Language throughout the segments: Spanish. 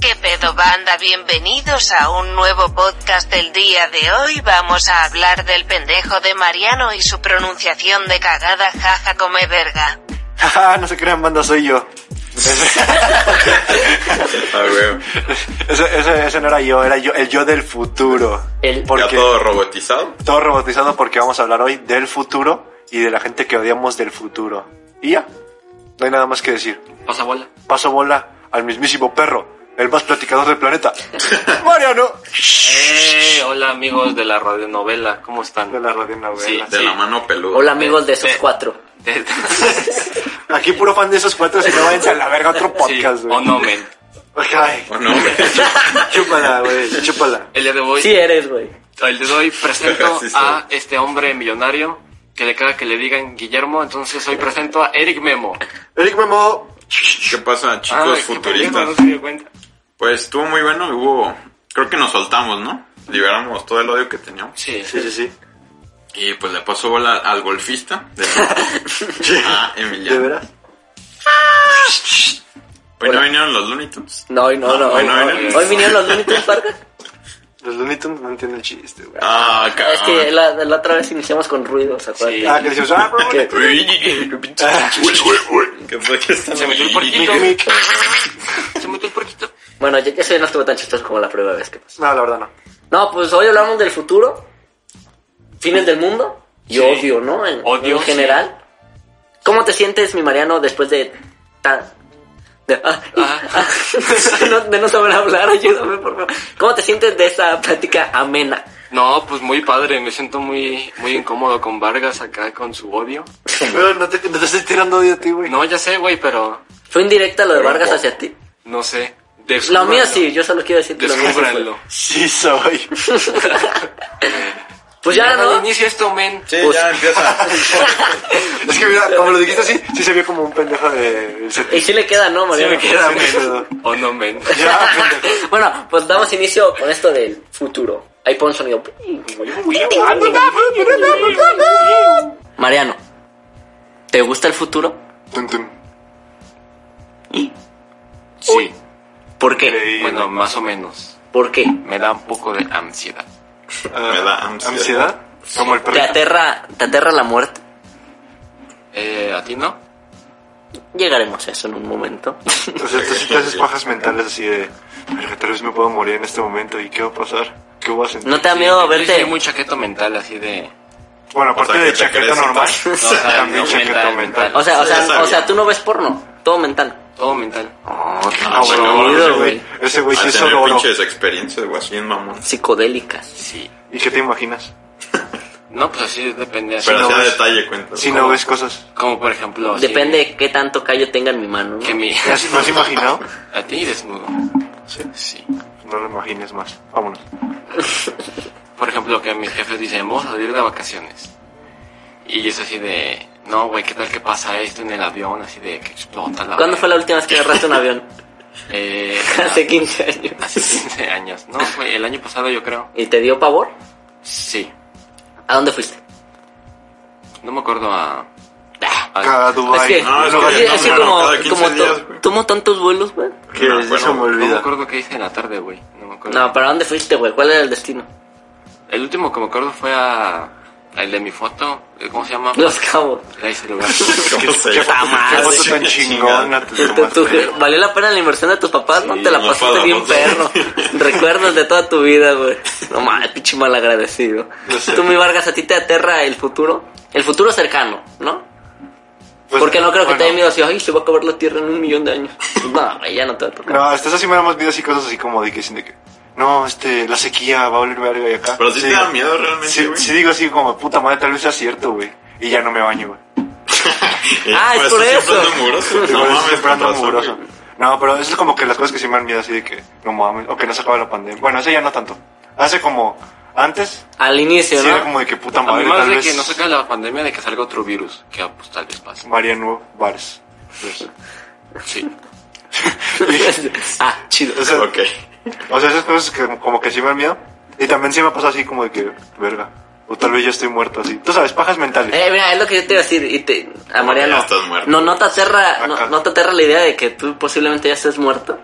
¿Qué pedo banda? Bienvenidos a un nuevo podcast del día de hoy. Vamos a hablar del pendejo de Mariano y su pronunciación de cagada jaja come verga. Jaja, no se crean, banda, soy yo. Ah, güey. Ese, ese- ese no era yo, era yo, el yo del futuro. El- Ya porque, todo robotizado. todo robotizado porque vamos a hablar hoy del futuro y de la gente que odiamos del futuro. Y ya, no hay nada más que decir. Pasa bola. Paso bola al mismísimo perro, el más platicador del planeta. Mariano. Eh, hola amigos de la radionovela, ¿cómo están? De la radionovela. Sí, De sí. la mano peluda. Hola amigos de esos Sí. cuatro. Aquí puro fan de esos cuatro, si no váyanse a la verga a otro Sí, podcast, güey. o no, men. Ay, ¿O no, güey? chúpala, güey, chúpala. El día de hoy, Sí eh. eres, güey. el día de hoy presento Sí, sí. a este hombre millonario que le caga que le digan Guillermo, entonces hoy presento a Eric Memo. Eric Memo, ¿Qué pasa, chicos Ah, qué pendejo, futuristas? no se dio cuenta. Pues estuvo muy bueno, hubo... Creo que nos soltamos, ¿no? Liberamos todo el odio que teníamos. Sí, sí, sí, sí. Y pues le pasó bola al golfista. De... ah, ¿De Emiliano. veras? Hoy no vinieron los Looney Tunes. No, hoy no, no. Hoy, no, no. hoy no. Hoy vinieron los Looney Tunes, Vargas. Los Looney Tunes no entienden el chiste, güey. Ah, No, es cabrón. que la, la otra vez iniciamos con ruidos, acuérdate. Sí. Ah, que decimos, ah, pero Ah, Que- ¿Qué fue que está- Se metió el porquito. Mic, mic. se metió el porquito. Bueno, ya, ya sé, no estuvo tan chistoso como la primera vez que pasó. No, la verdad no. No, pues hoy hablamos del futuro, fines del mundo y Sí. odio, ¿no? En, Odio, en general. ¿Cómo te sientes, mi Mariano, después de tan... De, ah, Ah. ah, no- de no saber hablar, ayúdame, por favor. ¿Cómo te sientes de esa plática amena? No, pues muy padre, me siento muy, muy incómodo con Vargas acá, con su odio. Pero no te, no te estoy tirando odio a ti, güey. No, ya sé, güey, pero ¿Fue indirecta lo de Pero Vargas po- hacia ti? no sé. La mía Descúbranlo. sí, yo solo quiero decir que la mía sí fue. Descúbranlo. Sí soy. Pues ya, ¿no? Inicia esto, men. Sí, Pues- ya empieza. es que mira, como lo dijiste así, sí se vio como un pendejo de... Y sí le queda, ¿no, Sí Mariano? me queda, pedo. men. O no, men. Ya, pendejo. bueno, pues damos inicio con esto del futuro. Ahí pon sonido. Mariano, ¿te gusta el futuro? Tum, tum. Sí. ¿Por qué? Creí. Bueno, más o menos. ¿Por qué? Me da un poco de ansiedad. Ah, Me da ansiedad. ansiedad. Como el ¿Te perrito. aterra, ¿Te aterra la muerte? Eh, ¿a ti no? Llegaremos a eso en un momento. O sea, tú sí te haces pajas mentales así de... "Verga, Tal vez me puedo morir en este momento y ¿qué va a pasar? ¿Qué voy a sentir? ¿No te da Sí, miedo yo verte? soy muy chaqueto mental, así de... Bueno, aparte O sea, que de te chaqueta crees normal, y No, o sea, también no, chaqueta mental, mental. mental. O sea, o Ya sea, sabía. o sea, tú no ves porno, todo mental. Todo mental. Ah, bueno, aburrido, ese Oh, güey. Ese güey sí Ha es tenido solo oro. pinches experiencias, güey, así en mamón. Psicodélicas. Sí. ¿Y qué te imaginas? No, pues así depende. Así Pero no así a ves- detalle cuenta. Si no ves cosas. Como por ejemplo... así Depende de qué tanto callo tenga en mi mano. ¿no? Que mi... ¿No has imaginado? A ti desnudo. Sí. Sí. No lo imagines más. Vámonos. Por ejemplo, que mi jefe dice, vamos a salir de vacaciones. Y es así de, no, güey, ¿qué tal que pasa esto en el avión? Así de que explota la... ¿Cuándo fue la última vez que agarraste un avión? Eh, Hace 15 años. hace 15 años. No, güey, el año pasado yo creo. ¿Y te dio pavor? Sí. ¿A dónde fuiste? No me acuerdo a... a- Cada es Dubai. que, no, es es que- que- es que no, no, como, cada 15 como to- días, güey. tomo tantos vuelos, güey. Que se No, me bueno, no me olvida. acuerdo qué hice en la tarde, güey. No me acuerdo. No, pero ¿a dónde fuiste, güey? ¿Cuál era el destino? El último que me acuerdo fue a... El de mi foto. eh, ¿Cómo se llama? Los cabos. A ese lugar. ¿Cómo se Qué llama? madre. foto tan chingona te Tú- tú- tú- tomaste. ¿Valió la pena la inversión de tus papás? no Pues Sí, te la no, pasaste para bien la perro. foto. Recuerdos de toda tu vida, güey. No mames, pinche malagradecido. Yo sé. Tú, mi Vargas, ¿a ti te aterra el futuro? El futuro cercano, ¿no? Pues, Porque no creo que bueno. te dé miedo si, ay, se va a acabar la Tierra en un millón de años. Pues no, güey, ya no te va a tocar. No, hasta eso sí me da más miedo así cosas así como de que, de que no, este, la sequía va a volver verga y acá. Pero sí te da miedo realmente, Sí, güey. sí digo así como, puta madre, tal vez sea cierto, güey. Y ya no me baño, güey. Eh, Ah, es por siempre eso. ando mugroso. Pero No es mames, siempre con ando razón, mugroso. güey. No, pero eso es como que las cosas que sí me dan miedo así de que, no mames, o que no se acaba la pandemia. Bueno, eso ya no tanto. Hace como, antes, Al inicio, sí ¿no? era como de que puta A madre, mí más tal de vez que no se acabe la pandemia, de que salga otro virus que ah, pues, apuesta al espacio. Mariano Vares. Pues, Sí. ah, chido. O sea, Ok. O sea, esas cosas que como que sí me dan miedo. Y también sí me pasa así como de que, verga. O tal vez yo estoy muerto así. Tú sabes, pajas mentales. Eh, mira, es lo que yo te iba a decir. Y te, a Como que Mariano, Ah, ya estás muerto. no, no te aterra, no, Acá. no te aterra la idea de que tú posiblemente ya estés muerto.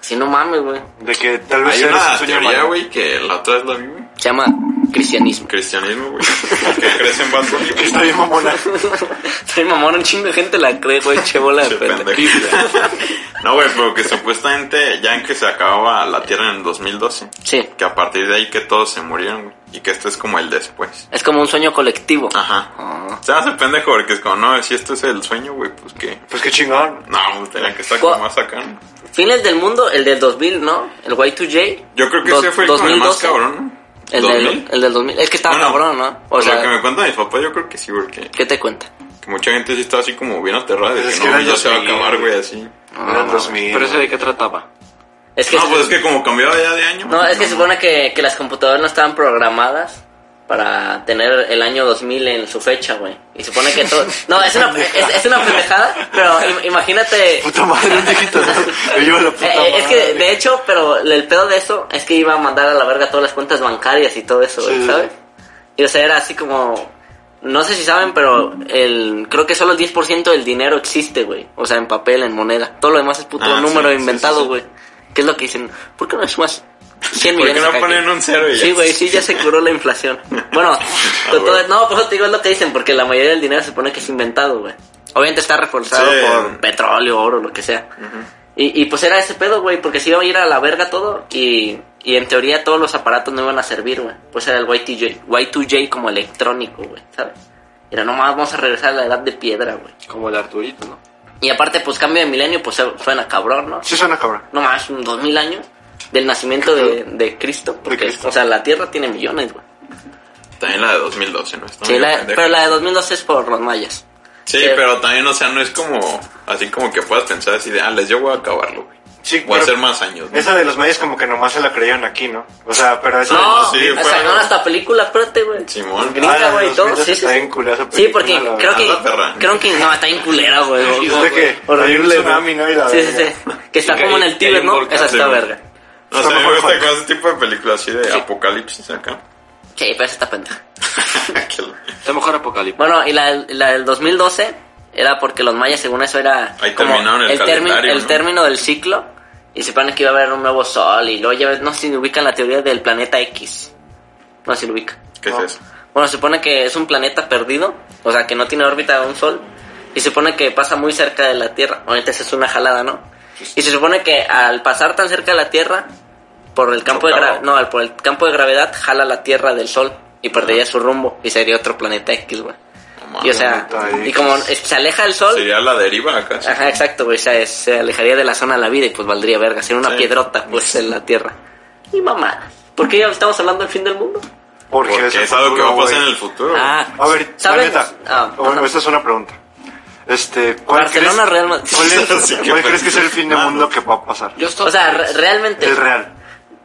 Si no mames, güey. De que tal vez Hay eres una un sueño teoría, malo. güey, que la otra vez la vi, güey. Se llama cristianismo. Cristianismo, güey. que crece en Bad Bunny. Que está bien mamona. Soy mamón, un chingo de gente la cree, güey, che bola de Che, pendejo. pendejo. No, güey, pero que supuestamente ya en que se acababa la Tierra en el 2012, Sí, que a partir de ahí que todos se murieron, güey, y que este es como el después. es como un sueño colectivo. Ah. Ajá. Se hace pendejo porque es como, no, si esto es el sueño, güey, pues que... Pues qué chingón. No, pues, tenía que estar Cu- como más acá, ¿no? Fines del mundo, el del 2000, ¿no? El Y2J. Yo creo que Do- ese fue como el más 2012. cabrón, ¿no? El del, 2000. el del 2000. Es que estaba Bueno, cabrón, ¿no? O, sea, que me cuentan mis papás, yo creo que sí, güey, que, ¿qué te cuenta? que mucha gente sí está así como bien aterrada de Pues es que, que no, era güey, ya se va a 2000, acabar, güey. güey, así. Eran 2000. Pero eso de qué trataba. Es que No, pues es que como cambiaba ya de año. No, es que se mames. supone que, que las computadoras no estaban programadas para tener el año 2000 en su fecha, güey. Y supone que todo... No, es una, es, es una pendejada, pero im- imagínate... Puta madre, un viejito. ¿no? Yo la puta Eh, eh, madre. es que, de hecho, pero el pedo de eso es que iba a mandar a la verga todas las cuentas bancarias y todo eso, güey, Sí. ¿sabes? Y o sea, era así como... No sé si saben, pero el creo que solo el 10% del dinero existe, güey. O sea, en papel, en moneda. Todo lo demás es puto Ah, número sí, sí, sí, inventado, sí. güey. ¿Qué es lo que dicen? ¿Por qué no es más? 100 ¿Por qué millones no acá, ponen aquí? un cero y ya? Sí, güey, sí, ya se curó la inflación. Bueno, con todo- güey. no, por eso te digo es lo que dicen, porque la mayoría del dinero se supone que es inventado, güey. Obviamente está reforzado Sí. por petróleo, oro, lo que sea. y, y pues era ese pedo, güey, porque se iba a ir a la verga todo y, y en teoría todos los aparatos no iban a servir, güey. Pues era el Y2J, Y2J como electrónico, güey, ¿sabes? Era nomás vamos a regresar a la edad de piedra, güey. Como el Arturito, ¿no? Y aparte, pues cambio de milenio, pues suena cabrón, ¿no? Sí suena cabrón. no más, un 2000 años del nacimiento de, de Cristo. Porque, Cristo. o sea, la Tierra tiene millones, güey. También la de 2012, ¿no? Está Sí, muy la- pendejo. pero la de 2012 es por los mayas. Sí, sí. pero también, o sea, no es como... Así como que puedas pensar así de, ah, les yo voy a acabarlo, güey. Sí, Voy a pero- hacer más años, ¿no? Esa de los medios como que nomás se la creyeron aquí, ¿no? O sea, pero eso... No, sí, o sea, fue- no, hasta película, espérate, güey. Simón. Gringa, Ah, la de güey, los todo, Beatles sí, sí, está sí. bien culera esa Sí, película, porque la creo verdad. que, Ah, la perra. creo que no, está bien culera, güey. Y es de que hay un Horrible, tsunami, güey. ¿no? Y la Sí, sí, verga. sí. Que está Y que como en hay- el que hay Tíbet, un ¿no? volcán, Esa está sí, verga. No Está sé, me mejor gusta Hulk. con ese este tipo de películas así de apocalipsis acá. Sí, pero esa está pendeja. Que la- Está mejor Apocalipsis. Bueno, y la, la del 2012 era porque los mayas, según eso, era Ahí terminaron el término, calendario, el ¿no? término del ciclo. Y se supone que iba a haber un nuevo sol. Y luego ya ves, no sé si ubican la teoría del planeta X. No sé si lo ubica. ¿Qué No. es eso? Bueno, se supone que es un planeta perdido, o sea, que no tiene órbita de un sol, y se supone que pasa muy cerca de la Tierra. Obviamente esa es una jalada, ¿no? Y se supone que al pasar tan cerca de la Tierra, por el campo de gra- Chocaba. no, al- por el campo de gravedad jala la Tierra del sol y perdería su rumbo y sería otro planeta X, güey. No Y o sea, Ah, planeta y X. como es- se aleja del sol, Sería la deriva acá. sí. ajá, exacto, güey, o sea, es- se alejaría de la zona de la vida y pues valdría verga, sería una Sí. piedrota pues en la Tierra. Y mamá, ¿por qué ya estamos hablando del fin del mundo? Porque, Porque el es algo que va a futuro, pasar en güey. el futuro. Ah, A ver, la ¿saben? neta. Ah, o bueno, ajá. esta es una pregunta. Este, ¿cuál Barcelona, crees, Real Madrid. ¿Cuál, es, Sí, qué cuál crees que es el pendejo. fin del Ah, mundo no. que va a pasar? Yo estoy... O sea, re- realmente. El real.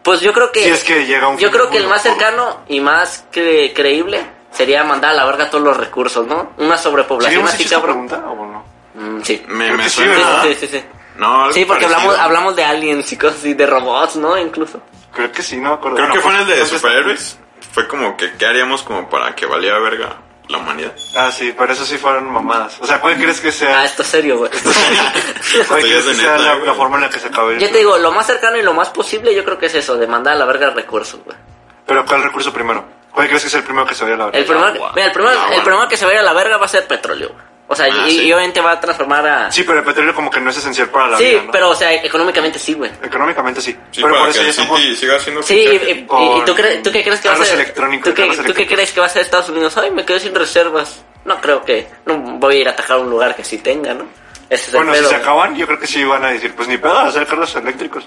Pues yo creo que. Si es que llega un Yo fin creo del que el mundo. más cercano y más cre- creíble sería mandar a la verga todos los recursos, ¿no? Una ¿Sí sobrepoblación hemos así, hecho esta cabrón. pregunta o no? Mm, sí. Me, creo me que sí, suena. ¿verdad? Sí, sí, sí. sí. No, algo Sí, porque parecido. hablamos, hablamos de aliens y cosas y de robots, ¿no? Incluso. Creo que sí, no me acuerdo. Creo Bueno, que fue en el de entonces- superhéroes. Fue como que, ¿qué haríamos como para que valiera verga la humanidad? Ah, sí, pero eso sí fueron mamadas. O sea, ¿cuál crees que Ah, sea, esto es serio, güey. cuál Esto ya crees es de que sea neta, la, güey. la forma en la que se acabe el Yo te digo, lo más cercano y lo más posible yo creo que es eso, de mandar a la verga recursos, güey. Pero ¿cuál recurso primero? ¿Cuál crees que es el primero que se vaya a la verga? El primer, agua. mira, el primer, El agua. el primero que se va a ir a la verga va a ser petróleo, güey. O sea, Ah, y, sí. y obviamente va a transformar a... Sí, pero el petróleo como que no es esencial para la Sí, vida, ¿no? pero o sea, económicamente sí, güey. Económicamente sí. Sí, pero para por que eso ya el es un City siga haciendo Sí, y, fichajes. y- y- y tú, cre- tú qué crees que va a Carros ser? electrónicos, ¿Tú qué, carros tú qué eléctricos. crees que va a ser Estados Unidos? Ay, me quedé sin reservas. No creo que. No voy a ir a atacar un lugar que sí tenga, ¿no? Ese es el Bueno, si pedo, se güey. acaban, yo creo que sí van a decir, pues ni pedo, hacer carros eléctricos.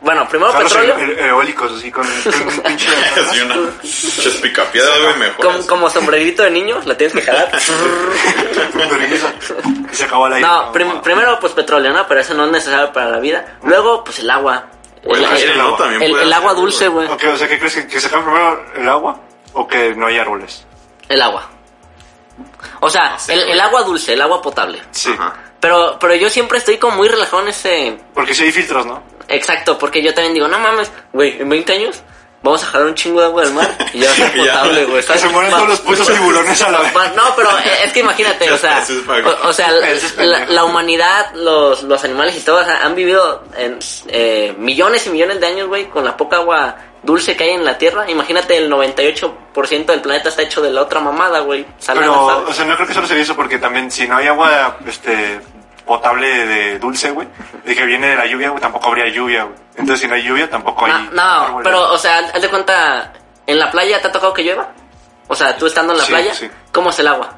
Bueno, primero Carros petróleo. e- e- eólicos, así, con, con un pinche... Así una chespica piedra, güey, mejor. Como, como sombrerito de niño, la tienes que jalar. vergüenza. Y se acabó el aire. No, prim- primero pues petróleo, ¿no? Pero eso no es necesario para la vida. Luego, pues el agua. O el aire, el ¿no? agua. También el- puede el ser, agua dulce, güey. Ok, o sea, ¿qué crees? ¿Que, que se acabe primero el agua o que no hay árboles? El agua. O sea, Ah, sé, el, güey. el agua dulce, el agua potable. Sí. Ajá. Pero, pero yo siempre estoy como muy relajado en ese... Porque sí hay filtros, ¿no? Exacto, porque yo también digo, no mames, güey, en 20 años vamos a jalar un chingo de agua del mar y ya va a ser Y ya. potable, güey. Que ¿sabes? se mueren Va- todos los putos tiburones a la vez. va- No, pero es que imagínate, o sea, Eso es vago. o, o sea, la, Eso es pendejo. la- la humanidad, los, los animales y todo, o sea, han vivido en, eh, millones y millones de años, güey, con la poca agua dulce que hay en la Tierra. Imagínate, el 98% del planeta está hecho de la otra mamada, güey. salada, Pero, ¿sabes? o sea, no creo que solo sería eso, porque también si no hay agua, este, potable de dulce, güey, de que viene de la lluvia, güey, tampoco habría lluvia, güey. Entonces, si no hay lluvia, tampoco hay... Ah, No, no, árboles. pero, o sea, haz de cuenta, ¿en la playa te ha tocado que llueva? O sea, tú estando en la Sí, playa, sí. ¿cómo es el agua?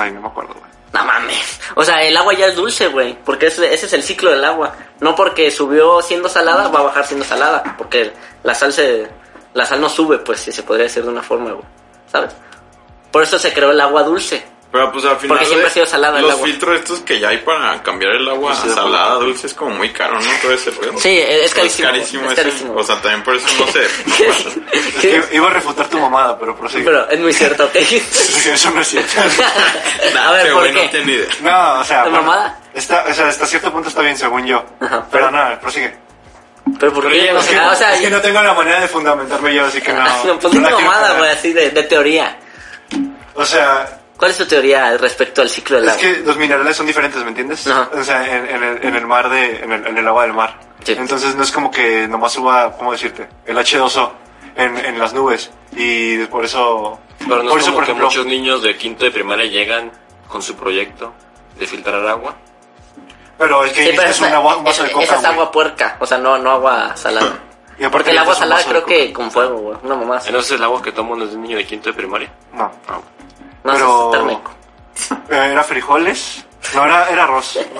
Ay, no me acuerdo, güey. No mames. O sea, el agua ya es dulce, güey. Porque es- ese es el ciclo del agua. No porque subió siendo salada, va a bajar siendo salada. Porque la sal se. La sal no sube, pues, si se podría decir de una forma, güey. ¿Sabes? Por eso se creó el agua dulce. Pero pues al final. Porque siempre güey, ha sido salada el Los agua. filtros estos que ya hay para cambiar el agua Sí, sí, salada, sí. dulce, es como muy caro, ¿no? Todo ese pedo. Sí, es Pero carísimo, Es carísimo, es ese. carísimo. O sea, también por eso no sé. Es que iba a refutar tu mamada, pero prosigue. Pero es muy cierto, ¿ok? Eso no es cierto. a ver, Este ¿por güey no qué? tiene idea. No, o sea... ¿De mamada? Está, o sea, hasta cierto punto está bien, según yo. Ajá. Pero nada, prosigue. Pero ¿por qué? Ríe, O Es que, sea, o sea, es que no tengo la manera de fundamentarme yo, así que no... no, pues no una la quiero mamada, cagar. güey, así de, de teoría. O sea, ¿Cuál es tu teoría respecto al ciclo del Es agua? que los minerales son diferentes, ¿me entiendes? Ajá. O sea, en, en el, en el mar de, en el, en el agua del mar. Sí. Entonces no es como que nomás suba, ¿cómo decirte? El H2O en, en las nubes. Y por eso, Pero no por es eso, como por que ejemplo, muchos niños de quinto de primaria llegan con su proyecto de filtrar agua. pero es que Sí, pero es esa- un, agua, un vaso esa- de coca, esa es güey. agua puerca, o sea, no, no agua salada. Y aparte Porque el necesitas agua un salada vaso de creo coca. que con fuego, güey. Una mamá así. Entonces el agua que tomo no es de un niño de quinto de primaria. No, Ah, No, pero- eso es termeco. Eh, era frijoles, no, era, era arroz. Era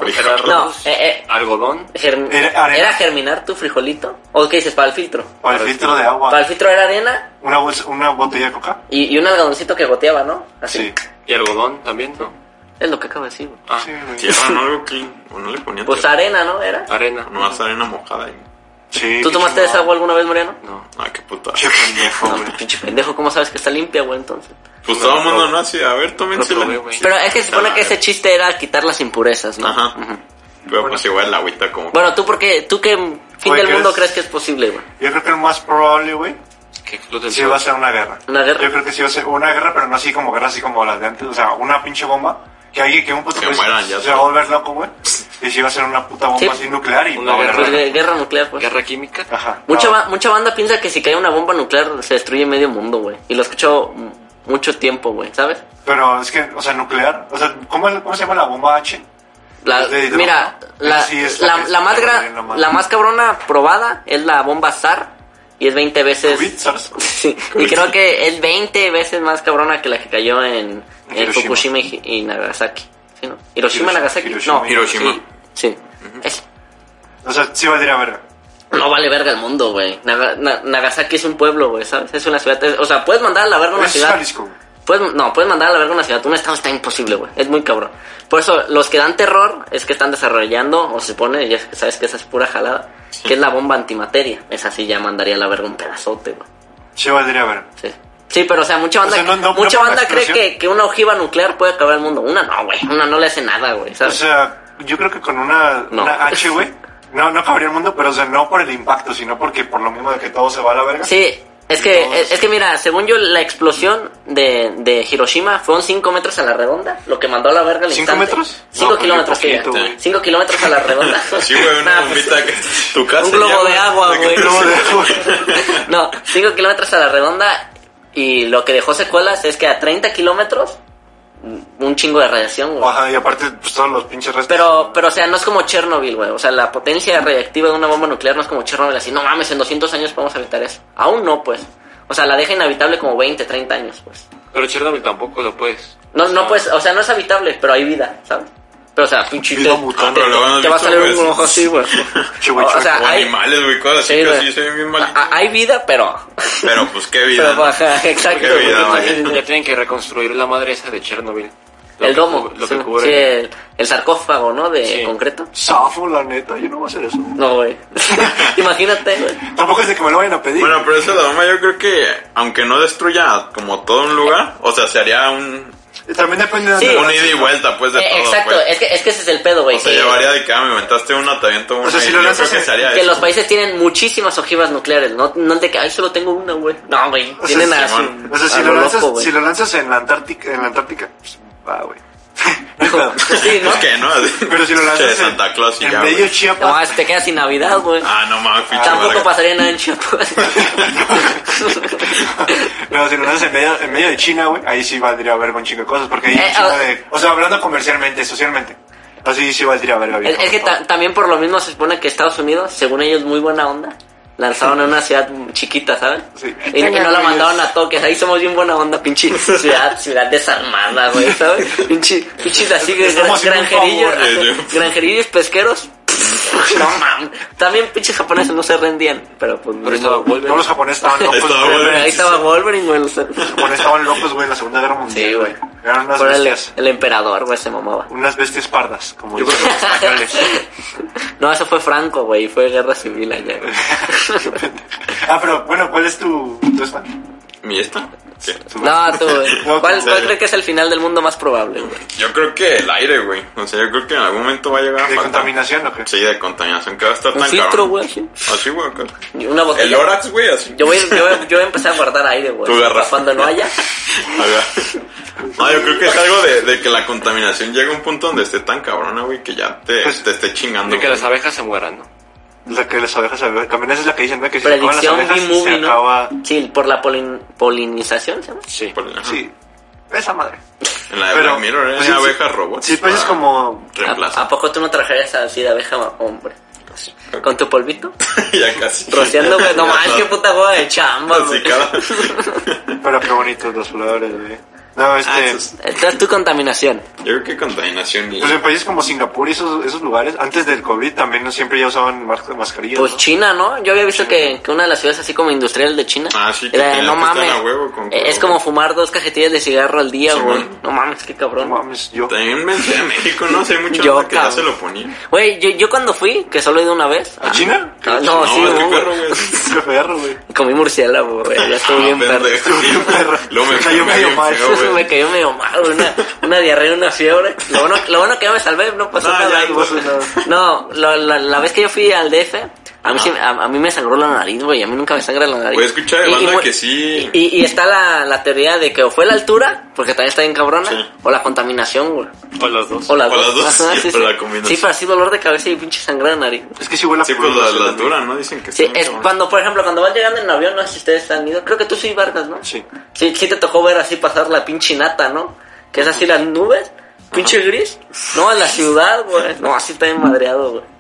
No, arroz, eh, eh, algodón. germ- Era arena. ¿era germinar tu frijolito? ¿O qué dices? Para el filtro. O el filtro de agua. Para el filtro era arena Una, bolsa- una botella de coca. y, y un algodoncito que goteaba, ¿no? Así. Sí. Y algodón también, ¿no? Es lo que acabo de decir, güey. Ah, Sí, güey. Tierra, ¿no? Algo que. O no le ponían. Pues tierra. arena, ¿no? Era. arena. Nomás arena mojada y. Sí, ¿Tú qué tomaste chingón. esa agua alguna vez, Mariano? No. Ah, qué puta. Qué pendejo, No, güey. pinche pendejo, ¿cómo sabes que está limpia, güey, entonces? Pues todo el No, mundo no. no así. A ver, tómense No probé, güey. Pero es que se supone que ese chiste era quitar las impurezas, ¿no? Ajá. Pero pues igual la agüita como. Bueno, ¿tú por qué? ¿Tú qué fin Oye, del ¿qué mundo es? crees que es posible, güey? Yo creo que el más probable, güey, ¿Qué club del Sí va a ser una guerra. ¿Una guerra? Yo creo que sí va a ser una guerra, pero no así como guerra, así como las de antes. O sea, una pinche bomba. Que alguien, que un puto Que país mueran ya, se va a volver loco, güey. Y sí va a ser una puta bomba Sí. así nuclear y va Una a haber Pues, guerra. eh, guerra nuclear, pues. ¿Guerra química? Ajá. Mucha, No, ba- mucha banda piensa que si cae una bomba nuclear se destruye medio mundo, güey. Y lo escucho m- mucho tiempo, güey, ¿sabes? Pero es que, o sea, nuclear. O sea, ¿cómo, cómo se llama la bomba H? La- Es de hidrógeno. mira, la, Sí, es la la, que la se más pone gra- en la mano. la más cabrona probada es la bomba SAR y es 20 veces... COVID, SARS. Sí, y creo que es 20 veces más cabrona que la que cayó en, en Hiroshima. Fukushima y, y Nagasaki. ¿Sí, no? Hiroshima, Hiroshima, Nagasaki. Hiroshima. no, Hiroshima. Sí. sí. Es- O sea, sí va a ir a verga. no vale verga el mundo, güey. Naga- Na- Nagasaki es un pueblo, güey, ¿sabes? Es una ciudad. es- o sea, puedes mandar a la verga una Es ciudad. Jalisco, güey. Puedes, no, puedes mandar a la verga una ciudad. Un estado está imposible, güey. Es muy cabrón. Por eso, los que dan terror es que están desarrollando, o se supone, ya sabes que esa es pura jalada, que es la bomba antimateria. Esa sí ya mandaría a la verga un pedazote, güey. Sí va a ir a verga. Sí. Sí, pero o sea, mucha banda, O sea, no- no- no por mucha la banda cree explosión. que, que una ojiva nuclear puede acabar el mundo. Una no, güey. Una no le hace nada, güey. O ¿sabes? sea, yo creo que con una, No. una H, güey. No, no acabaría el mundo, pero o sea, no por el impacto, sino porque por lo mismo de que todo se va a la verga. Sí, es que, Entonces- es que mira, según yo, la explosión de, de Hiroshima fueron 5 metros a la redonda, lo que mandó a la verga al ¿Cinco instante. metros? 5 No, kilómetros, muy poquito, güey. 5 kilómetros a la redonda. Sí, güey, una Nah, pues, bombita que tu casa. Un globo de agua, güey. No, güey. No, 5 kilómetros a la redonda y lo que dejó secuelas es que a 30 kilómetros, un chingo de radiación, güey. Ajá, y aparte, pues todos los pinches restos. Pero, pero, o sea, no es como Chernobyl, güey. O sea, la potencia reactiva de una bomba nuclear no es como Chernobyl. Así, no mames, en 200 años podemos habitar eso. Aún no, pues. O sea, la deja inhabitable como 20, 30 años, pues. Pero Chernobyl tampoco lo puedes. No, no pues, o sea, no es habitable, pero hay vida, ¿sabes? Pero, o sea, pinche. Vida Te, mutante, te- lo hemos te va a visto, salir pues. un ojo así, güey. Chihuahua, o sea, O hay, animales, güey, cosas así sí, que güey. sí se ven bien a- malitos. a- hay vida, pero. Pero pues qué vida. pero ¿no? baja, exacto. Qué vida, güey. eh. güey. Ya tienen que reconstruir la madre esa de Chernobyl. Lo El que domo, cub- Lo sí, que cubre. sí, el, el sarcófago, ¿no? De Sí. concreto. Safo, la neta, yo no voy a hacer eso. No, güey. Imagínate, güey. Tampoco es de que me lo vayan a pedir. Bueno, pero esa doma yo creo que, aunque no destruya como todo un lugar, o sea, se haría un, También depende de Sí. dónde un ida y vuelta, pues, de Eh, todo. exacto, pues. es, que, es que ese es el pedo, güey. O sea, que- llevaría de que, ah, me inventaste una, te aviento una. sea, si y lo yo lanzas creo que en- se haría Que eso. los países tienen muchísimas ojivas nucleares, no, no te que, ay, solo tengo una, güey. No, güey, sea, tienen a Simón. su- O sea, a si lo, lanzas, loco, güey. si lo lanzas en la Antártica, en la Antártica pues, va, güey. No hay pedo. Sí, ¿no? Pues que no, así. Pero si lo lanzas Che, en, Santa Claus y en ya, medio güey. Chiapas, No, si te quedas sin Navidad, güey. Ah, no mames, pinche Tampoco verga. pasaría nada en Chiapas. No, si lo lanzas en medio, en medio de China, güey, ahí sí valdría verga un chingo de cosas, porque ahí Eh, un chingo ah. de... O sea, hablando comercialmente, socialmente, así sí valdría verga. es, viejo, es que por favor. ta- también por lo mismo se supone que Estados Unidos, según ellos, muy buena onda. Lanzaron en una ciudad chiquita, ¿sabes? Sí. Y, y no la mandaron a toques. Ahí somos bien buena onda, pinche ciudad, ciudad desarmada, güey, ¿sabes? Pinche, pinches así, gran- Estamos haciendo un granjerillos, favor, eh, yo. granjerillos pesqueros. pues, No mames. También pinches japoneses no se rendían, pero pues. Pero estaba Wolverine. No, los japoneses estaban locos, Estaba güey. Wolverine. Ahí estaba Wolverine, güey. los- Los japoneses estaban locos, güey, en la Segunda Guerra Mundial. Sí, güey. Eran unas Por el, bestias. el emperador, güey, se mamaba. Unas bestias pardas, como Yo dicen creo los españoles. No, eso fue Franco, güey. Fue guerra civil allá, güey. ah, pero bueno, ¿cuál es tu, tu esta? ¿Mi esta? ¿Qué? Tu- No, tú, güey. No, ¿Cuál, tú, cuál sí. crees que es el final del mundo más probable, güey? Yo creo que el aire, güey. O sea, yo creo que en algún momento va a llegar a ¿De faltar. contaminación o qué? Sí, de contaminación, que va a estar Un tan filtro, cabrón. güey. así. Así, güey, acá. Una botella. El Orax, güey, así. Yo voy, yo, voy- yo voy a empezar a guardar aire, güey. Tu garrafa. Para Cuando no haya. A ver. No, yo creo que es algo de, de que la contaminación llega a un punto donde esté tan cabrona, güey, que ya te, Pues- te esté chingando. De que güey. las abejas se mueran, ¿no? La que las abejas, abejas- también esa es la que dicen, ¿no? Que si se acaban las Predicción abejas, y movie, se acaba... ¿no? Sí, por la polin- polinización, ¿se llama? Sí. Por- ajá. Sí, esa madre. En la de Black Mirror, ¿eh? pues, sí, abejas sí. robots. Ah. Sí, pues es para como... Ah, Reemplazo. ¿A, a poco tú no trajeras así de abeja, hombre? ¿Con tu polvito? ah, ya casi. Rociando, güey. No Ya más, todo qué puta hueva de chamba, güey. intoxicada. Pero qué bonitos los flores, güey. No, este... Ah, eso es- Entonces tu contaminación. Yo creo que contaminación y... Pues en países como Singapur y esos, esos lugares, antes del COVID también no siempre ya usaban mar- mascarillas. Pues ¿no? China, ¿no? Yo había visto que, que una de las ciudades así como industrial de China. Ah, sí, que era, tenía no que estar mames. a huevo con- eh, es como fumar dos cajetillas de cigarro al día, Sí, güey. bueno. No mames, qué No cabrón. mames, yo... También me en México, no sé, hay mucha Yo, gente que ya cabrón. se lo ponía. Güey, yo, yo cuando fui, que solo he ido una vez. ¿A China? Ah, no, sí, es que güey. perro, güey. Qué perro, güey. Comí murciélago, güey. Ya estuve Ah, bien perro. pendejo. Luego me Me cayó enfermé medio bien mal. feo, güey. me cayó medio mal, güey, una, una diarrea, una fiebre. Lo bueno, lo bueno que yo me salvé, no pasó No, nada. ya ahí, Ah, no güey. pasó nada. No, lo- la, la vez que yo fui al DF, a mí, sí- a, a mí me sangró la nariz, güey. A mí nunca me sangra la nariz. Güey, escucha de Y- y banda fue- que sí. Y, y está la, la teoría de que o fue la altura, porque también está bien cabrona, Sí. o la contaminación, güey. O las dos. O las O dos. las dos, Ajá, sí, sí, o sí. la combinación. Sí, pero así dolor de cabeza y pinche sangre de nariz. Es que si huele a Sí, puro pues la, dulce la también. altura, ¿no? Dicen que Sí, está muy es cabrón. cuando, por ejemplo, cuando vas llegando en avión, no sé si ustedes han ido, creo que tú sí, Vargas, ¿no? Sí. Sí, sí te tocó ver así pasar la pinche nata, ¿no? Que es así las nubes, pinche gris. No, en la ciudad, güey. No, así está bien madreado, güey.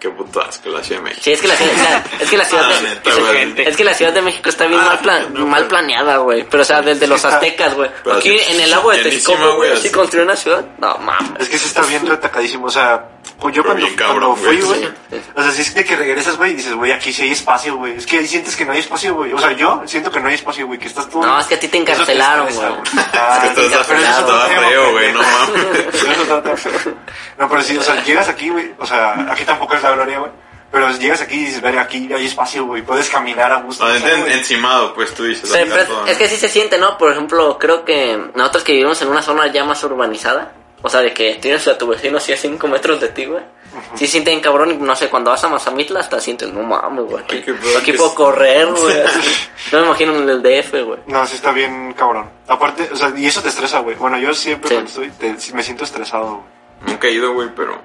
Qué puto asco la Ciudad de México. Sí, es que la, ciudad- la- es que la ciudad Ah, de, neta, es- güey. es que la ciudad de México está bien Ah, mal, plan- no, mal pero- planeada, güey. Pero o sea, desde los está- aztecas, güey. pero Aquí así, en el lago de llenísima, güey, Texcoco, güey, así así. construyó una ciudad. No mames. Es que sí está bien retacadísimo, o sea, yo cuando, bien cabrón, cuando fui, güey. güey, o sea, sí es de que regresas, güey, y dices, güey, aquí sí hay espacio, güey, es que ahí sientes que no hay espacio, güey, o sea, yo siento que no hay espacio, güey, que estás todo... No, es que a ti te encarcelaron, Eso te güey. estresa, Ah, Es que pero estás eso es otro estaba tema, feo, güey, no pendejo. mames. Eso es otro tema. No, pero sí, o sea, llegas aquí, güey, o sea, aquí tampoco es la gloria, güey, pero llegas aquí y dices, ver, aquí hay espacio, güey, puedes caminar a gusto. No, o en- sea, en- güey. encimado, pues tú dices. Sí, acá pero todo, es que sí se siente, ¿no? Por ejemplo, creo que nosotros que vivimos en una zona ya más urbanizada, o sea, de que tienes a tu vecino así a 5 metros de ti, güey. Sí sienten cabrón, y no sé, cuando vas a Mazamitla hasta sientes, no mames, güey, aquí, Ay, qué pedo, aquí que puedo es- correr, güey. así. No me imagino en el DF, güey. No, sí está bien cabrón. Aparte, o sea, y eso te estresa, güey. Bueno, yo siempre Sí. cuando estoy, te- sí me siento estresado, güey. Nunca he ido, güey, pero.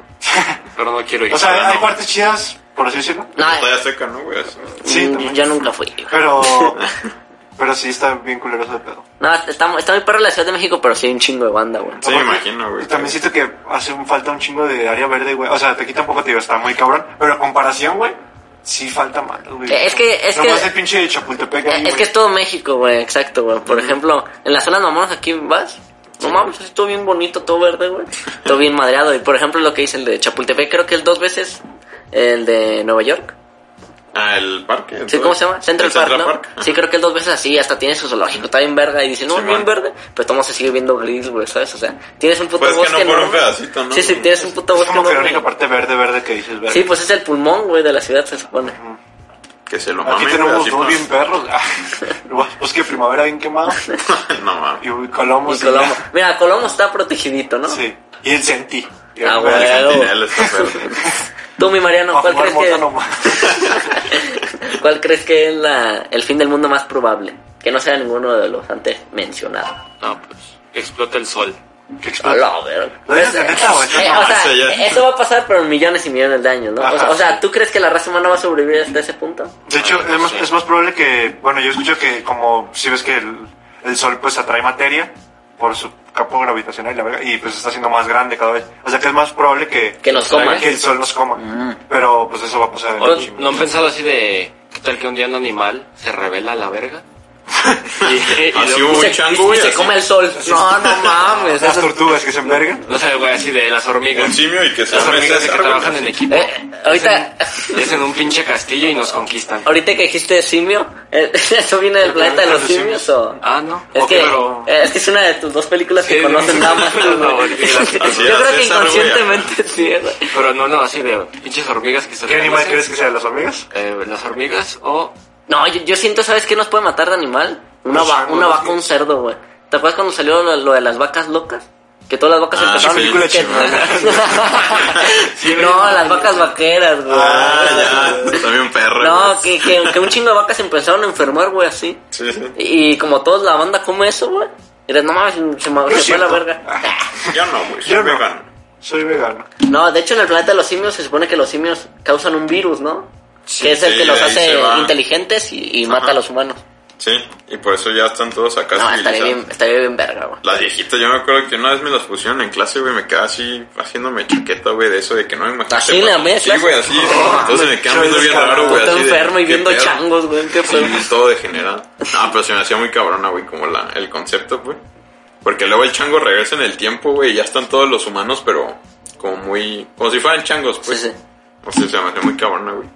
Pero no quiero ir. O sea, Ahora hay no. partes chidas, por así decirlo. No, Todavía seca, ¿no, güey? Así. Sí, mm, también. yo nunca fui, güey. Pero, pero sí está bien culeroso de pedo. No, está, está muy perro la Ciudad de México, pero sí hay un chingo de banda, güey. Sí, me imagino, güey. Y también siento que hace un- falta un chingo de área verde, güey. O sea, aquí tampoco te digo, está muy cabrón. Pero a comparación, güey, sí falta mal, güey. Eh, es que- es no que- más el pinche de Chapultepec ahí, Eh, Es güey. que es todo México, güey, exacto, güey. Por ejemplo, en las zonas mamonas aquí vas No mames, así todo bien bonito, todo verde, güey. Todo bien madreado. Y por ejemplo, lo que dice el de Chapultepec, creo que es dos veces el de Nueva York. Ah, el parque. Sí, todo. ¿cómo se llama? Central, El Central Park, ¿no? Park, ajá. Sí, creo que es dos veces así, hasta tiene su zoológico, está bien verga, y dice, no, Sí, bien man. verde, pero todo se sigue viendo gris, güey, ¿sabes? O sea, tienes un puto Pues es que bosque no por un enorme. pedacito, ¿no? Sí, sí, tienes un puto Es bosque como que la enorme. única parte verde, verde que dices, verde. Sí, pues es el pulmón, güey, de la ciudad, se supone. Que se lo mamen. Aquí güey, tenemos así dos pa- bien perros. Pues que primavera bien quemado. no mames. Y Colombo. Y Colombo. Mira, Colombo está protegidito, ¿no? Pues Sí. Y el Senti. Ah, El güey. Claro. centinela está verde. Tú, mi Mariano, Para ¿cuál jugar crees, mota que, nomás. ¿cuál crees que es la, el fin del mundo más probable? Que no sea ninguno de los antes mencionados. No, pues explota el sol. Que A explota. la verga. Lo dices de neta, güey. Eh, o sea, Eso ya- eso va a pasar, pero en millones y millones de años, ¿no? O sea, Ajá. o sea, ¿tú crees que la raza humana va a sobrevivir hasta ese punto? De hecho, es más, es más probable que, bueno, yo escucho que como si ves que el, el Sol pues atrae materia por su campo gravitacional y, la verga, y pues está siendo más grande cada vez. O sea que es más probable que, Que nos coman. que el Sol nos coma. Pero pues eso va a pasar en ¿No, un chingo. no han pensado así de qué tal que un día un animal se revela a la verga? Y, y Así luego- hubo Se- un chango, güey. y se así, come el sol. No, no mames. Las eso- tortugas que se envergan. No sé, güey, así de las Un hormigas. simio y que se Las arme hormigas que César, güey, trabajan así. en equipo. Eh, ahorita, Es en un pinche castillo y nos conquistan. ahorita que dijiste simio, eh, ¿eso viene del planeta de los simios o...? Ah, no. Es Ok, que, pero- eh, es que es una de tus dos películas Sí, que conocen no, damas. no, no, güey. porque las- Yo así hace creo que esa, güey. inconscientemente sí, güey. Pero no, no, así de pinches hormigas que se ¿Qué animal reconocen. crees que sea? ¿Las hormigas? Eh, las hormigas o... No, yo, yo siento, ¿sabes qué nos puede matar de animal? Una, Los va- cerdos, una vaca, ¿no? un cerdo, güey. ¿Te acuerdas cuando salió lo, lo de las vacas locas? Que todas las vacas Ah, empezaron sí, que- Sí, No, güey. las vacas vaqueras, güey. Ah, ya. También perro. no, güey. que, que, que un chingo de vacas empezaron a enfermar, güey, así. Sí, sí. Y, y como toda la banda come eso, güey. Y dices, no mames, se, me- se fue la cierto. verga. Yo no, güey. Yo no. Yo vegano. Soy vegano. No, de hecho en el planeta de los simios se supone que los simios causan un virus, ¿no? que es el sí, que los ahí se hace va. inteligentes y, y Ajá. mata a los humanos. Sí, y por eso ya están todos acá No, estaría civilizados. bien, estaría bien verga, güey. Las viejitas, yo me acuerdo que una vez me las pusieron en clase, güey, me quedaba así haciéndome chaqueta, güey, de eso, de que no me imagino. ¿Así en la mesa? Sí, güey, así. Entonces me quedan Soy viendo bien descarado. raro, güey. Puto así de, enfermo y ¿qué viendo pedo? changos, güey. Qué Sí, feo. todo degenerado. No, pero se me hacía muy cabrona, güey, como la, el concepto, güey. Porque luego el chango regresa en el tiempo, güey, y ya están todos los humanos, pero como muy. como si fueran changos, pues. Sí, sí. O sea, se me hacía muy cabrona, güey.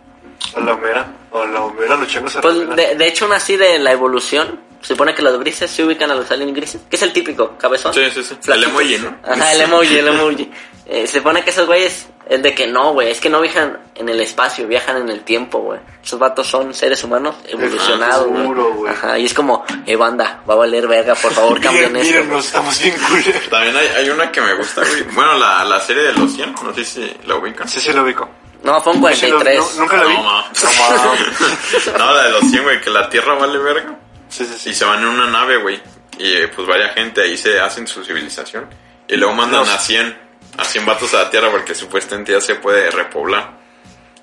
A la homera. O la homera, los changos se Pues rebelan. de, de hecho, una así de la evolución. Se supone que los grises se ubican a los aliens grises, que es el típico cabezón. Sí, sí, sí. El Flaquitos. emoji, ¿no? Ajá, el emoji, el emoji. Eh, se supone que esos güeyes, es de que no, güey, es que no viajan en el espacio, viajan en el tiempo, güey. Esos vatos son seres humanos evolucionados, Ah, pues, seguro, güey. güey. Ajá, y es como, eh, banda, va a valer verga, por favor, Miren, cambien esto. nos estamos bien culeros. También hay, hay una que me gusta, güey. Bueno, la, la serie de los 100, no sé si la ubican. Sí, sí lo ubico. No, fue un Sí lo- 43. no- nunca la vi. No, ma. No, ma. no, la de los 100, güey, que la Tierra vale verga. Sí, sí, sí. Y se van en una nave, güey. Y eh, pues varia gente ahí se hacen su civilización. Y luego mandan Los- a 100, a 100 vatos a la Tierra porque supuestamente ya se puede repoblar.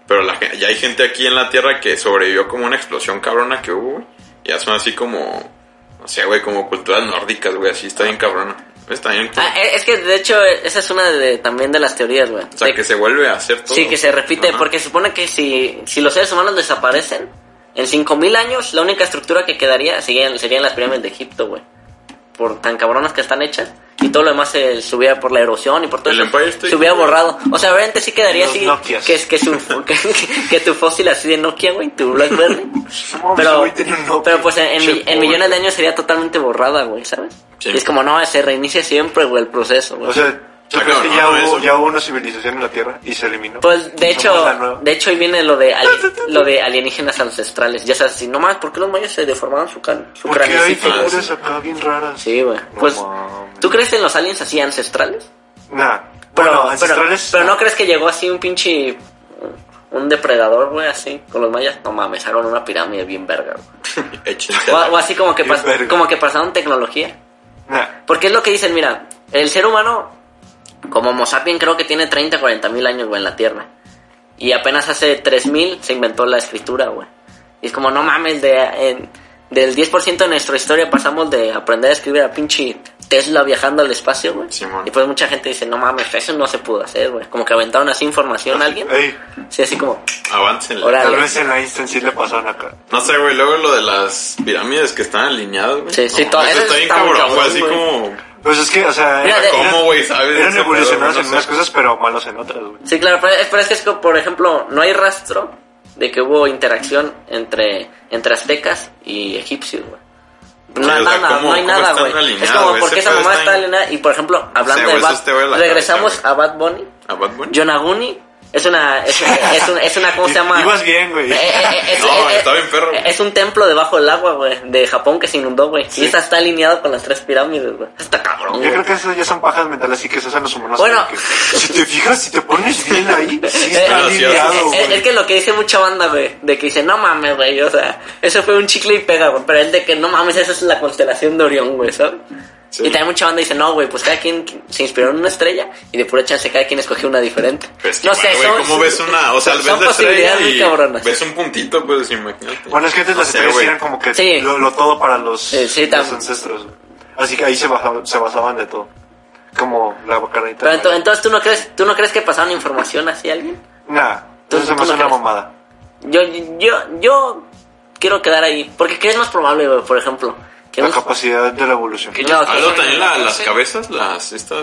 Pero la, gen- ya hay gente aquí en la Tierra que sobrevivió como una explosión cabrona que hubo, güey. Y Ya son así como, no sé, güey, como culturas nórdicas, güey. Así está bien cabrona. Está bien. cool. Ah, eh, es que de hecho, eh, esa es una de, también de las teorías, güey. o sea, De- que se vuelve a hacer todo. Sí, que se repite, Ajá. porque supone que si, si los seres humanos desaparecen, en 5000 años la única estructura que quedaría serían, serían las pirámides de Egipto, güey. Por tan cabronas que están hechas. Y todo lo demás se subía por la erosión y por todo El eso. Empire State. se hubiera borrado. O sea, obviamente sí quedaría Los así. Nokias. Que, es- que, su, que, que tu fósil así de Nokia, güey, tu Blackberry. No, ese pero, güey tiene un nombre. pero pues en, en Che, mi- en pobre. millones de años sería totalmente borrada, güey, ¿sabes? Sí. Y es como, no, se reinicia siempre, güey, el proceso, güey. O sea, ¿tú Ah, crees claro, que no, ya no, hubo, eso. ya hubo una civilización en la Tierra y se eliminó? Pues de Y somos la hecho, nueva. de hecho ahí viene lo de ali- lo de alienígenas ancestrales. Ya sabes, si nomás, ¿por qué los mayas se deformaban su, can su Porque hay cranecito? figuras? figuras acá bien raras. Sí, güey. No Pues, mames. ¿tú crees en los aliens así ancestrales? Nah. Bueno, Pero- pero- ancestrales. Pero, no crees que llegó así un pinche. Un depredador, güey, así, con los mayas. No mames, hicieron una pirámide bien verga, güey. Échense. O, o así como que, Bien pas- verga. como que pasaron tecnología. Nah. Porque es lo que dicen, mira, el ser humano, como Homo sapiens, creo que tiene 30, 40 mil años, güey, en la Tierra. Y apenas hace 3 mil se inventó la escritura, güey. Y es como, no mames, de, en- del 10% de nuestra historia pasamos de aprender a escribir a pinche Tesla viajando al espacio, güey. Simón. y pues mucha gente dice, no mames, eso no se pudo hacer, güey. Como que aventaron así información a alguien. Ey, Sí, así como, Aváncenle. Ahora- tal Dale. vez en la Einstein sí le pasaron acá. No sé, güey, luego lo de las pirámides que están alineadas, güey. Sí, sí, No, todo- eso eso está bien está muy cabrón, güey, cabrón, así güey. como... Pues es que, o sea, Mira, eran- ¿Cómo, güey? ¿Sabes? eran Ese evolucionados pedo, en no unas sé. cosas, pero malos en otras, güey. Sí, claro, pero es, pero es que es como, por ejemplo, no hay rastro de que hubo interacción entre, entre aztecas y egipcios, güey. No, Sí, o sea, nada, ¿cómo- no hay cómo nada, están güey. Es alineados, como güey? porque Ese esa pedo mamá está está en- alineada. Y por ejemplo, hablando güey, de eso Bad está, güey, la regresamos cabeza, a Bad Bunny. ¿A Bad Bunny? John Aguni es una, es, es, un- es una, ¿cómo se llama? Ibas bien, güey. Eh, eh, eh, es, No, eh, eh, está bien perro, güey. Es un templo debajo del agua, güey, de Japón que se inundó, güey. Y esa está alineado con las tres pirámides, güey. Está cabrón, Yo güey. creo que eso ya son pajas mentales, así que se hacen los humanos. Bueno. porque si te fijas, si te pones bien ahí, sí Eh, está eh, alineado, Es- Es, güey. es que lo que dice mucha banda, güey, de que dice, no mames, güey, o sea, eso fue un chicle y pega, güey, pero es de que no mames, esa es la constelación de Orión, güey, ¿sabes? Sí. Y también mucha banda dice, no, güey, pues cada quien se inspiró en una estrella y de pura chance cada quien escogió una diferente. Pues, no no sé, güey, son- ¿cómo ves una? O sea, son- ves son la estrella posibilidades muy y cabronas. ves un puntito, pues, imagínate. Este, Bueno, es que antes No las sé, estrellas güey. eran como que Sí. lo, lo todo para los, Sí, sí, los tam- ancestros. güey. Así que ahí se bajaban, se basaban de todo. Como la carnita. Pero ento- entonces, ¿tú no crees, tú no crees que pasaron información así a alguien? Nah, ¿Tú- eso se tú me no hace una crees? mamada. Yo, yo, yo quiero quedar ahí, porque ¿qué es más probable, güey, por ejemplo? Que La un- capacidad de la evolución. Que No, ellos que- Algo pasaron también la la- clase. las cabezas, las estas,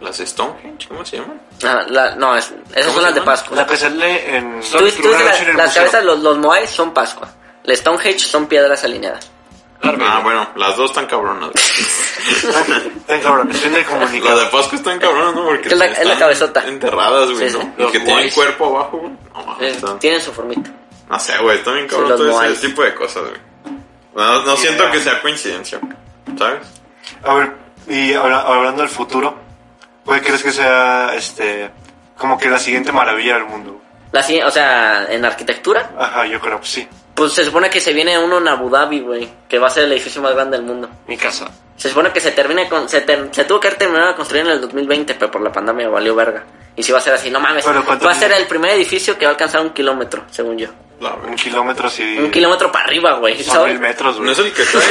las Stonehenge, ¿cómo se llaman? Ah, la- no, es- esas ¿Cómo son se las de llaman? Pascua. La que sale en. Tú, tú dices Una la- noche en el las museo. cabezas, los, los moais son Pascua. El Stonehenge son piedras alineadas. Ah, bueno, las dos están cabronas. Ten cabrón, estoy de las comunicado. de Pascua están cabronas, ¿no? Porque Es la- es están la cabezota. enterradas, güey, Sí, sí. ¿no? Los Y que tienen boys. cuerpo abajo, güey. No, Eh, está- Tienen su formita. no sé, güey, está bien cabrón los todo boys. ese tipo de cosas, güey. No, no siento que sea coincidencia, ¿sabes? A ver, y habla- hablando del futuro, ¿cuál crees que sea este. como que la siguiente maravilla del mundo? La, si- o sea, en arquitectura, Ajá, yo creo que sí. pues se supone que se viene uno en Abu Dhabi, güey, que va a ser el edificio más grande del mundo. Mi casa. Se supone que se termina con, se, ter- se tuvo que haber terminado de construir en el 2020, pero por la pandemia valió verga. Y si va a ser así, no mames. Pero ¿cuánto Va a ser mide? el primer edificio que va a alcanzar un kilómetro, según yo. La Un verdad. kilómetro así. Un kilómetro para arriba, güey. Son ¿sabes? mil metros, No güey. es el que trae.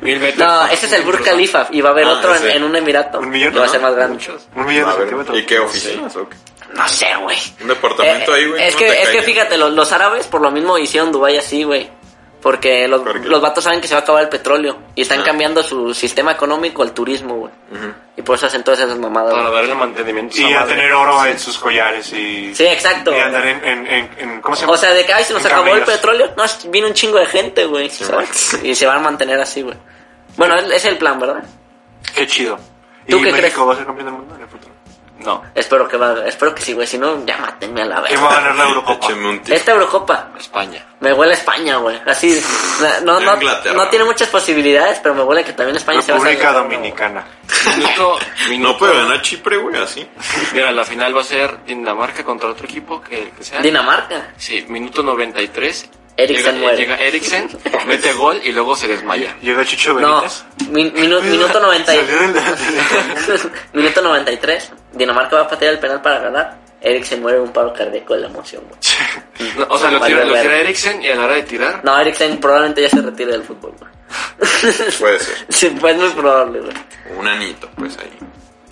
Mil metros. No, ese es el Burj Khalifa y va a haber Ah, otro en, ese. en un emirato. Un millón, y va a ¿no? ser más grande. Muchos. Un millón de A ver, centímetros. ¿Y qué oficinas o qué? No sé, güey. Un departamento Eh, ahí, güey. Es ¿cómo que, te es que cae? fíjate, los, los árabes por lo mismo hicieron Dubái así, güey. Porque los, ¿Por qué? los vatos saben que se va a acabar el petróleo y están Ah. cambiando su sistema económico al turismo, güey. Ujú. Y por eso hacen todas esas mamadas. Para güey. darle mantenimiento. Y esa a madre. tener oro en sus collares y. Sí, exacto. Y güey. andar en, en, en, en- ¿Cómo se llama? O sea, de que ay, se nos En acabó el camellos. petróleo. No, es- viene un chingo de gente, güey. ¿sabes? y se van a mantener así, güey. Bueno, es es el plan, ¿verdad? Qué chido. ¿Tú ¿Y qué México crees? va a ser campeón del mundo en el futuro? No. Espero que va, espero que sí, güey. Si no, ya mátenme a la ¿Quién va a verga. ganar la Eurocopa? Écheme un tiro. Esta Eurocopa, España. Me huele a España, güey. Así. na- No, no, Inglaterra. no tiene muchas posibilidades, pero me huele que también España se va a hacer- República Dominicana. Minuto. No minuto. puede ganar Chipre, güey, así. Mira, la final va a ser Dinamarca contra otro equipo que, que sea. Dinamarca. Sí, minuto 93. Eriksen llega, eh, muere. Llega Eriksen, mete gol y luego se desmaya. Llega Chicho No. Benítez. mi- minu- minuto 90. y- Salió del- del- minuto 93. Dinamarca va a patear el penal para ganar. Eric se muere de un paro cardíaco de la emoción, güey. No, o sea, lo Vale, tira, lo vale. tira Eriksen y a la hora de tirar. No, Eriksen probablemente ya se retire del fútbol, güey. Puede ser. Sí, pues muy probable, güey. Un anito, pues ahí.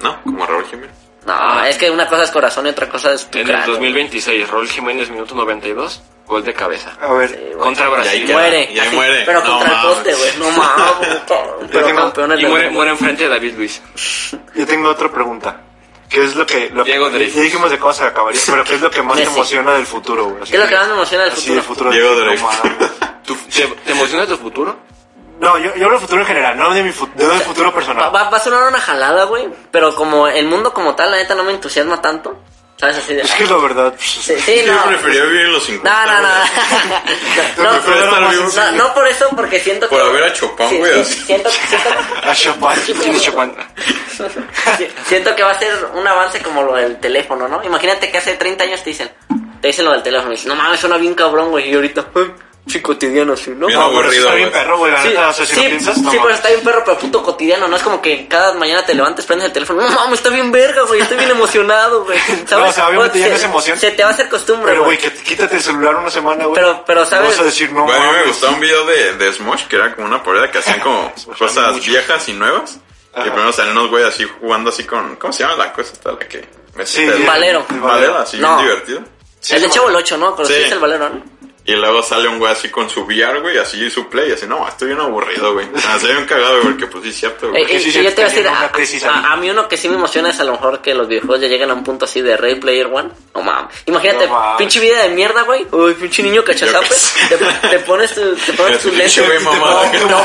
¿No? Como Raúl Jiménez. No, es que una cosa es corazón y otra cosa es tu En el cráneo. 2026, Raúl Jiménez, minuto 92, gol de cabeza. A ver, Contra Y ahí Brasil. queda. Muere. Y ahí así, muere. Pero No contra el mames. poste, güey. No mames. cabrón, Pero tengo- campeones Y del muere, mundo. muere enfrente de David Luis. yo tengo otra pregunta. ¿Qué es lo que... Lo que- Diego Dreyfus. ya dijimos de cómo se acabaría, pero ¿qué es lo que más te Messi. emociona del futuro, güey? Así ¿Qué es lo que más me emociona del así futuro? de- Diego no Dreyfus. mames. ¿Tú- ¿Te, te emociona tu futuro? No, yo, yo hablo del futuro en general, no de mi fu- no del futuro Va, personal. va- va a sonar una jalada, güey. Pero como el mundo como tal, la neta no me entusiasma tanto. ¿Sabes? Así de. Es que la verdad... pues, Sí, sí, Yo no. prefería vivir en los 50. No, no, no. güey. No, Yo prefiero estar vivo, no, sí. no por eso, porque siento que. Por haber a Chopin, sí, güey, sí, así. siento, siento, A Chopin. Tiene Chopin. sí, siento que va a ser un avance como lo del teléfono, ¿no? Imagínate que hace 30 años te dicen. Te dicen lo del teléfono. Y dicen, no mames, suena bien cabrón, güey. Y ahorita. "Ay, Sí, cotidiano, sí, ¿no? Bien No, pero sí aburrido, está bien güey. perro, güey. La Sí, neta, o sea, si sí, lo piensas, no sí, pues, pero mames. está bien perro, pero puto cotidiano, ¿no? Es como que cada mañana te levantes, prendes el teléfono, no mames, está bien verga, güey, estoy bien emocionado, güey. ¿Sabes? No, o sea, obviamente ya se, no es emoción. Se te va a hacer costumbre, Pero, güey, güey. que te- quítate el celular una semana, güey. Pero- pero, ¿sabes? Vas a decir, no, Güey, a mí me mames. gustaba un video de, de Smosh que era como una parodia que hacían como cosas viejas y nuevas. Y Ajá. primero salían unos güeyes así jugando así con. ¿Cómo se llama la cosa esta? La que. Sí, el- Valero. Valero, así No. bien divertido. Sí, el de no. Chavo el 8, ¿no? Pero sí. Sí. es el valero, ¿no? Y luego sale un güey así con su VR, güey, así su play, así, no, estoy bien aburrido, güey. Así bien cagado, güey, porque pues sí es cierto, güey. Eh, eh, sí yo se te voy a decir, cayó a, una crisis a- ahí. a mí uno que sí me emociona es a lo mejor que los videojuegos ya lleguen a un punto así de Ray Player One. No mames. Imagínate, No mames. pinche vida de mierda, güey. Uy, pinche niño cachazape. Yo qué sé. Te, te pones tu, te pones tu Pinche lente. güey No, mamada. no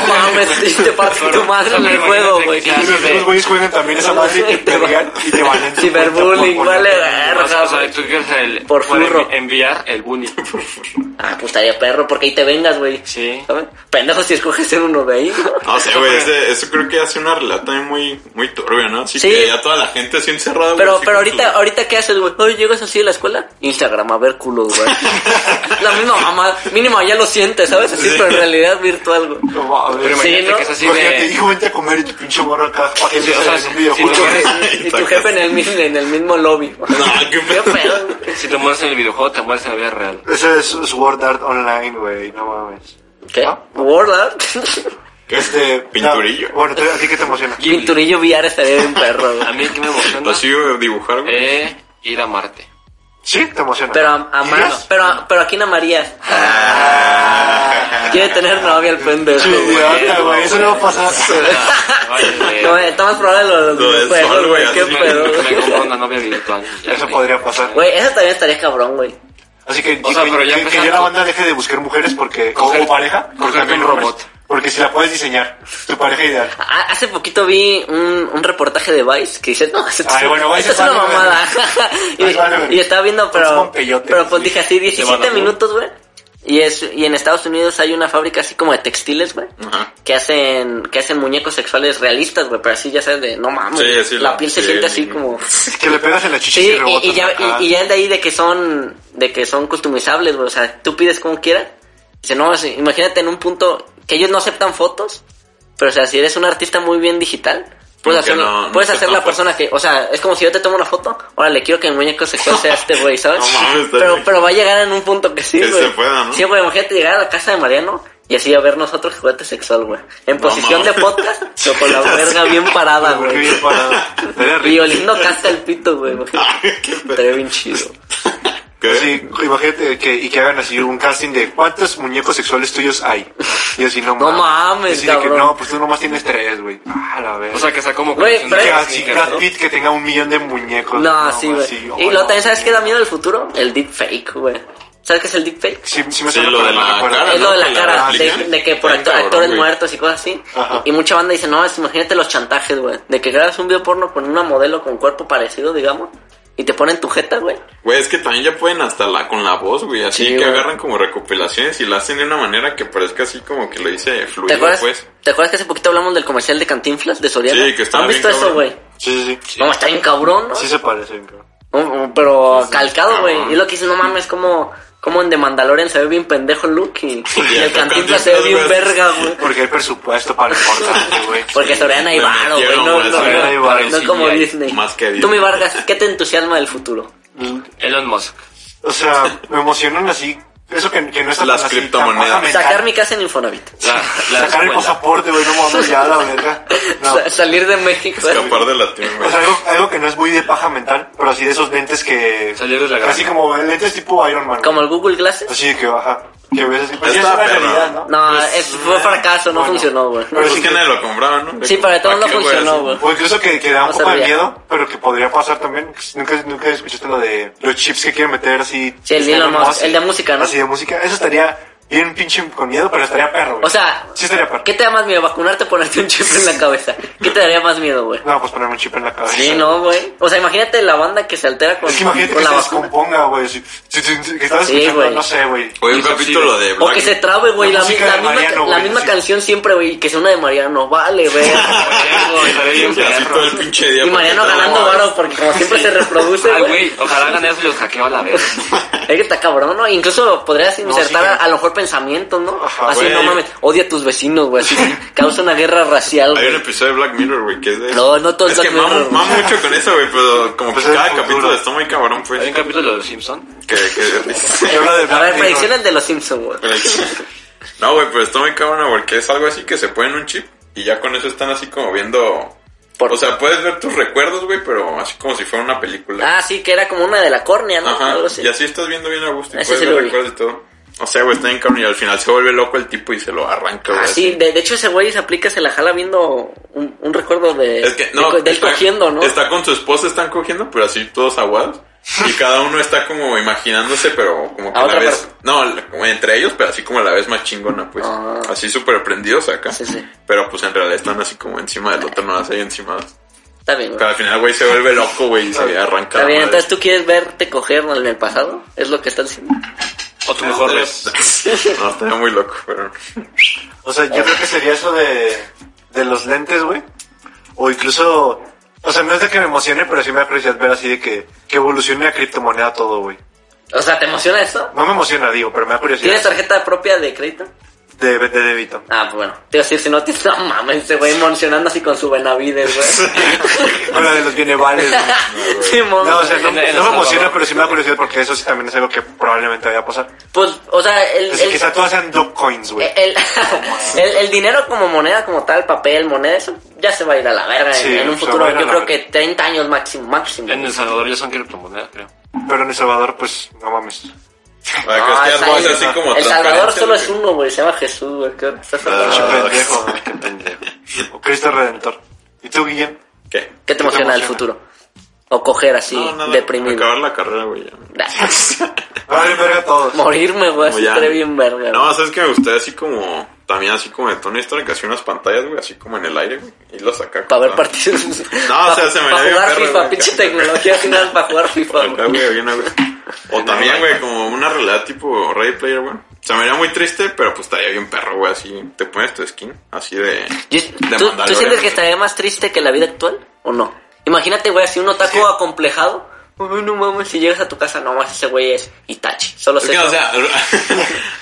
mames, y te partes tu madre en el Imagínate juego, que güey. sea Y los otros güeyes juegan también esa No, madre y sí, te te va- pegan y te valen. su Ciberbullying, cuenta por- vale, O sea, o verga, sea, güey. tú quieres el, Eh, Por poder furro. envi- enviar el bully. Ah, pues estaría perro, porque ahí te vengas, güey. Sí. ¿Sabes? Pendejo si escoges ser uno de ahí. No sé, güey, ese- eso creo que hace una realidad también muy, muy turbia, ¿no? Así Sí. que ya toda la gente así encerrada, güey, Pero, así pero con ahorita, su- ahorita ¿qué haces, güey? Hoy llegas así a la escuela. Instagram, a ver culos, güey. la misma mamá, mínimo ya lo sientes, ¿sabes? Así, Sí. pero en realidad virtual, güey. No mames. Pero imagínate ¿no? que es así Imagínate, de... hijo, vente a comer y tu pinche morro acá. Pa' que Sí, se o sea, hace un sí, videojuego. sí, sí. Y tu jefe en el, mi- en el mismo lobby. güey. No, qué pedo. pedo, güey. Si te mueres en el videojuego, te mueres en la vida real. Eso es Sword Art Online, güey, no mames. ¿Qué? World Art. ¿Qué? Este, Pinturillo. no, bueno, te- ¿a ti qué te emociona? Pinturillo VR estaría bien perro, A güey. mí que me emociona Así, güey, dibujar, güey. eh, ir a Marte. Sí, te emociona. Pero a, a mano. ¿Irías? Pero, a- pero aquí en María. Ah. Quiere tener novia el pendejo, Sí, güey. idiota, güey, eso no va a pasar. Ay, No, güey. eh, está más probable lo de los Lo de videojuegos, Sol, güey, güey. Qué así. pedo, güey. Me compro una novia virtual. ya, Eso güey. podría pasar. Güey, eso también estaría cabrón, güey. Así que, O sea, que, pero que- ya que empezando. ya la banda deje de buscar mujeres porque, Coger- o pareja, porque cogerte también un hombres. robot. Porque si la puedes diseñar, tu pareja ideal. Ha- Ah, Hace poquito vi un, un reportaje de Vice que dice, no, esto es, Ay, bueno, Vice esto es es una vale, mamada. y, Ay, vale, vale. y estaba viendo, Pues pero, con peyote, pero pues sí. dije así, 17 Llevando. minutos, güey. Y, es, y en Estados Unidos hay una fábrica así como de textiles, güey. Ajá. Que hacen, que hacen muñecos sexuales realistas, güey, pero así ya sabes de, no mames, Sí, sí, la la- piel se sí, siente sí. así como... Que le pegas en la chicha Sí, y Ah. rebotas y, y ya, acá. y, y ya de ahí de que son, de que son customizables, güey. O sea, tú pides como quieras. Dice, no, sí, imagínate en un punto que ellos no aceptan fotos. Pero, o sea, si eres un artista muy bien digital, Como puedes que hacer, no- no puedes hacer aceptan la persona que, o sea, es como si yo te tomo una foto. Ahora le quiero que mi muñeco sexual sea este güey, ¿sabes? No mames, está pero, bien. pero va a llegar en un punto que sí, Que güey. se pueda, ¿no? Sí, güey, imagínate llegar a la casa de Mariano. Y así a ver nosotros juguete sexual, güey. En posición de mames. podcast, pero con la verga bien parada, Porque güey. bien parada. Estaría rico. Violín no casta el pito, güey. qué pedo. Estaría bien chido. ¿eh? ¿Qué? Sí, imagínate que, y que hagan así un casting de cuántos muñecos sexuales tuyos hay. Y así no No mames, Y así de que, cabrón. no, pues tú nomás tienes tres, güey. Ah, la verdad. O sea, que sea como... Güey, colección de que pero- así sneakers, Brad ¿no? Pitt que tenga un millón de muñecos. No, sí, güey. así, y oh, luego Ah, no. también, ¿sabes qué da miedo el futuro? El deepfake, güey. ¿Sabes qué es el deepfake? Sí, sí me Sí, suena, lo pero de Ah, no la recuerdo. cara, es lo de la Que la cara, de, replican. de que por Ay, acto- cabrón, actores güey. muertos y cosas así. Ajá. Y mucha banda dice, no, es- imagínate los chantajes, güey. De que grabas un video porno con una modelo con cuerpo parecido, digamos, y te ponen tu jeta, güey. Güey, es que también ya pueden hasta la con la voz, güey. Así Sí, que güey. agarran como recopilaciones y la hacen de una manera que parezca así como que lo hice ¿Te fluido, acuerdas, pues. ¿Te acuerdas que hace poquito hablamos del comercial de Cantinflas de Soriana? Sí, que está ¿Han bien visto eso, cabrón. güey? Sí, sí, sí. No, está bien cabrón, ¿no? Sí se parece, cabrón. No, no, pero calcado, güey. cabrón. Y lo que dice, no mames, como, como en The Mandalorian se ve bien pendejo Luke y, y el hasta Cantinflas se ve bien Cantinflas, güey. verga, güey. Porque hay presupuesto para importante, güey. Porque Soriana y le Varo, güey. metieron, No, no, güey, no, Soriana y Varo, no sí, como hay Disney. más que Tú, Disney. mi Vargas, ¿qué te entusiasma del futuro? Elon Musk. O sea, me emocionan así. Eso que, que no está Las tan así, tan criptomonedas. baja mental. Sacar mi casa en Infonavit. La, la Sacar el escuela. pasaporte, güey, no mames, ya la verga. No. Sa- salir de México. eh. Escapar de la tienda, O güey. sea, algo, algo que no es muy de paja mental, pero así de esos lentes que... Salir de la Casi como lentes tipo Iron Man. Como el Google Glasses. Así de que baja. Que ves así, pues sí, es Está una perro. realidad, ¿no? No, es, fue fracaso, no bueno. funcionó, güey. Pero Pues sí que que- nadie lo compraba, ¿no? Sí, para todos no ¿Para qué, funcionó, Así- güey. O incluso que, que da un No poco de sabía. miedo, pero que podría pasar también. Nunca, nunca escuchaste lo de los chips que quieren meter así. este, Sí, el de Elon Musk, el de música, ¿no? Así de música. Eso estaría bien pinche con miedo, pero estaría perro. güey. O sea, sí estaría perro. ¿qué te da más miedo? ¿Vacunarte o ponerte un chip en la cabeza? ¿Qué te daría más miedo, güey? No, pues ponerme un chip en la cabeza. Sí, no, güey. O sea, imagínate la banda que se altera con, Es que imagínate con que la se vacuna. descomponga, güey. así, tu, tu, tu, Que estás Sí, escuchando, güey. no sé, güey. Oye, un Inclusive. capítulo de O Black. que se trabe, güey, La la, mi- música la de misma, Mariano, la güey, misma sí. canción siempre, güey, y que sea una de Mariano. Vale, güey. Güey, estaría bien Y así perro. todo el pinche día. Y Mariano porque- ganando varo porque como siempre se reproduce, Ay, güey. güey, ojalá hagan eso y los hackeo a la vez. Es que está cabrón, ¿no? Incluso podrías insertar sí, a, güey. a lo mejor pensamientos, ¿no? Ajá, así, güey. no mames, odia a tus vecinos, güey, así causa una guerra racial, Hay un güey. episodio de Black Mirror, güey, que es de... No, no todo es Es que Black mamo Mirror, mamo mucho con eso, güey, pero como que Pues es cada el capítulo futuro. está muy cabrón, pues. Hay un capítulo de Los Simpson. Que, que- Yo hablo de A Black ver, Mirror. predicciones de los Simpsons, güey. No, güey, pero está muy cabrón porque es algo así que se ponen un chip y ya con eso están así como viendo... Por- O sea, puedes ver tus recuerdos, güey, pero así como si fuera una película. Ah, sí, que era como una de la córnea, Ah, ¿no? Ajá, Algo así. y así estás viendo bien a gusto y Ese puedes sí ver lo vi. recuerdos y todo. O sea, güey, está bien cabrón y al final se vuelve loco el tipo y se lo arranca, güey. Ah, sí, de, de hecho ese güey se aplica, se la jala viendo un, un recuerdo de, Es que, no, de- de él está- cogiendo, ¿no? Está con su esposa, están cogiendo, pero así todos aguados. Y cada uno está como imaginándose, pero como que A a la otra vez. parte. No, la- como entre ellos, pero así como a la vez más chingona, pues. Ah. Así súper prendidos acá. Sí, sí. Pero pues en realidad están así como encima del otro, no ahí encima. Está bien, Pero güey. al final, güey, se vuelve loco, güey, y se arranca. la Está bien, madre. entonces tú quieres verte coger en el pasado, es lo que estás diciendo. O tu mejor vez. No, estaría muy loco, pero. O sea, yo creo que sería eso de, de los lentes, güey. O incluso, o sea, no es de que me emocione, pero sí me da curiosidad ver así de que, que evolucione la criptomoneda todo, güey. O sea, ¿te emociona esto? No me emociona, digo, pero me da ¿Tienes curiosidad. tarjeta propia de crédito? De, de débito. Ah, pues bueno. Te iba a decir, si no tienes, no mames, ese güey emocionando así con su Benavides, güey. Ahora de los bienevales, güey. Sí, mon. No, o sea, no, En- en no me El emociona, Salvador. pero sí me da curiosidad porque eso sí también es algo que probablemente vaya a pasar. Pues, o sea, el, Así el, Eh, que quizá todas sean coins, güey. el, el- el dinero como moneda, como tal, papel, moneda, eso ya se va a ir a la verga en- Sí, en, un se futuro, va a ir a yo la creo que verga. 30 años máximo, máximo. En El Salvador ya son criptomonedas, creo. eh. Pero en El Salvador, pues, no mames. Para que No, es el que algo Salvador- este así como Ah, El Salvador transparente, solo güey. es uno, güey, se llama Jesús, güey. ¿qué hora estás hablando? Pinche Ah. pendejo, güey, qué pendejo. O Cristo Redentor. ¿Y tú, Guillem? ¿Qué? ¿Qué te emociona del emociona? futuro? O coger así, No, nada, deprimido. Acabar la carrera, güey. ya. Nah, Vale, verga a todos. Morirme, güey, Como así ya- estaría bien verga. No, sabes que me gustaría así como. También así como de tono histórico, así unas pantallas, güey, así como en el aire, güey. Y los acá. Para ver cortando. partidos. No, o sea, se me Para haría bien jugar perro, FIFA, güey. pinche tecnología final para jugar FIFA, Acá, güey. güey, había una, güey. O también, güey, como una realidad tipo Ready Player, güey. O sea, me haría muy triste, pero pues estaría bien perro, güey, así. Te pones tu skin, así de. Yo- de ¿tú, tú Mandalorian, sientes que güey. estaría más triste que la vida actual o no? Imagínate, güey, así un otaku acomplejado. Uy, no mames, si llegas a tu casa, no mames, ese güey es Itachi. Solo Es sé. que, o eso. sea, al,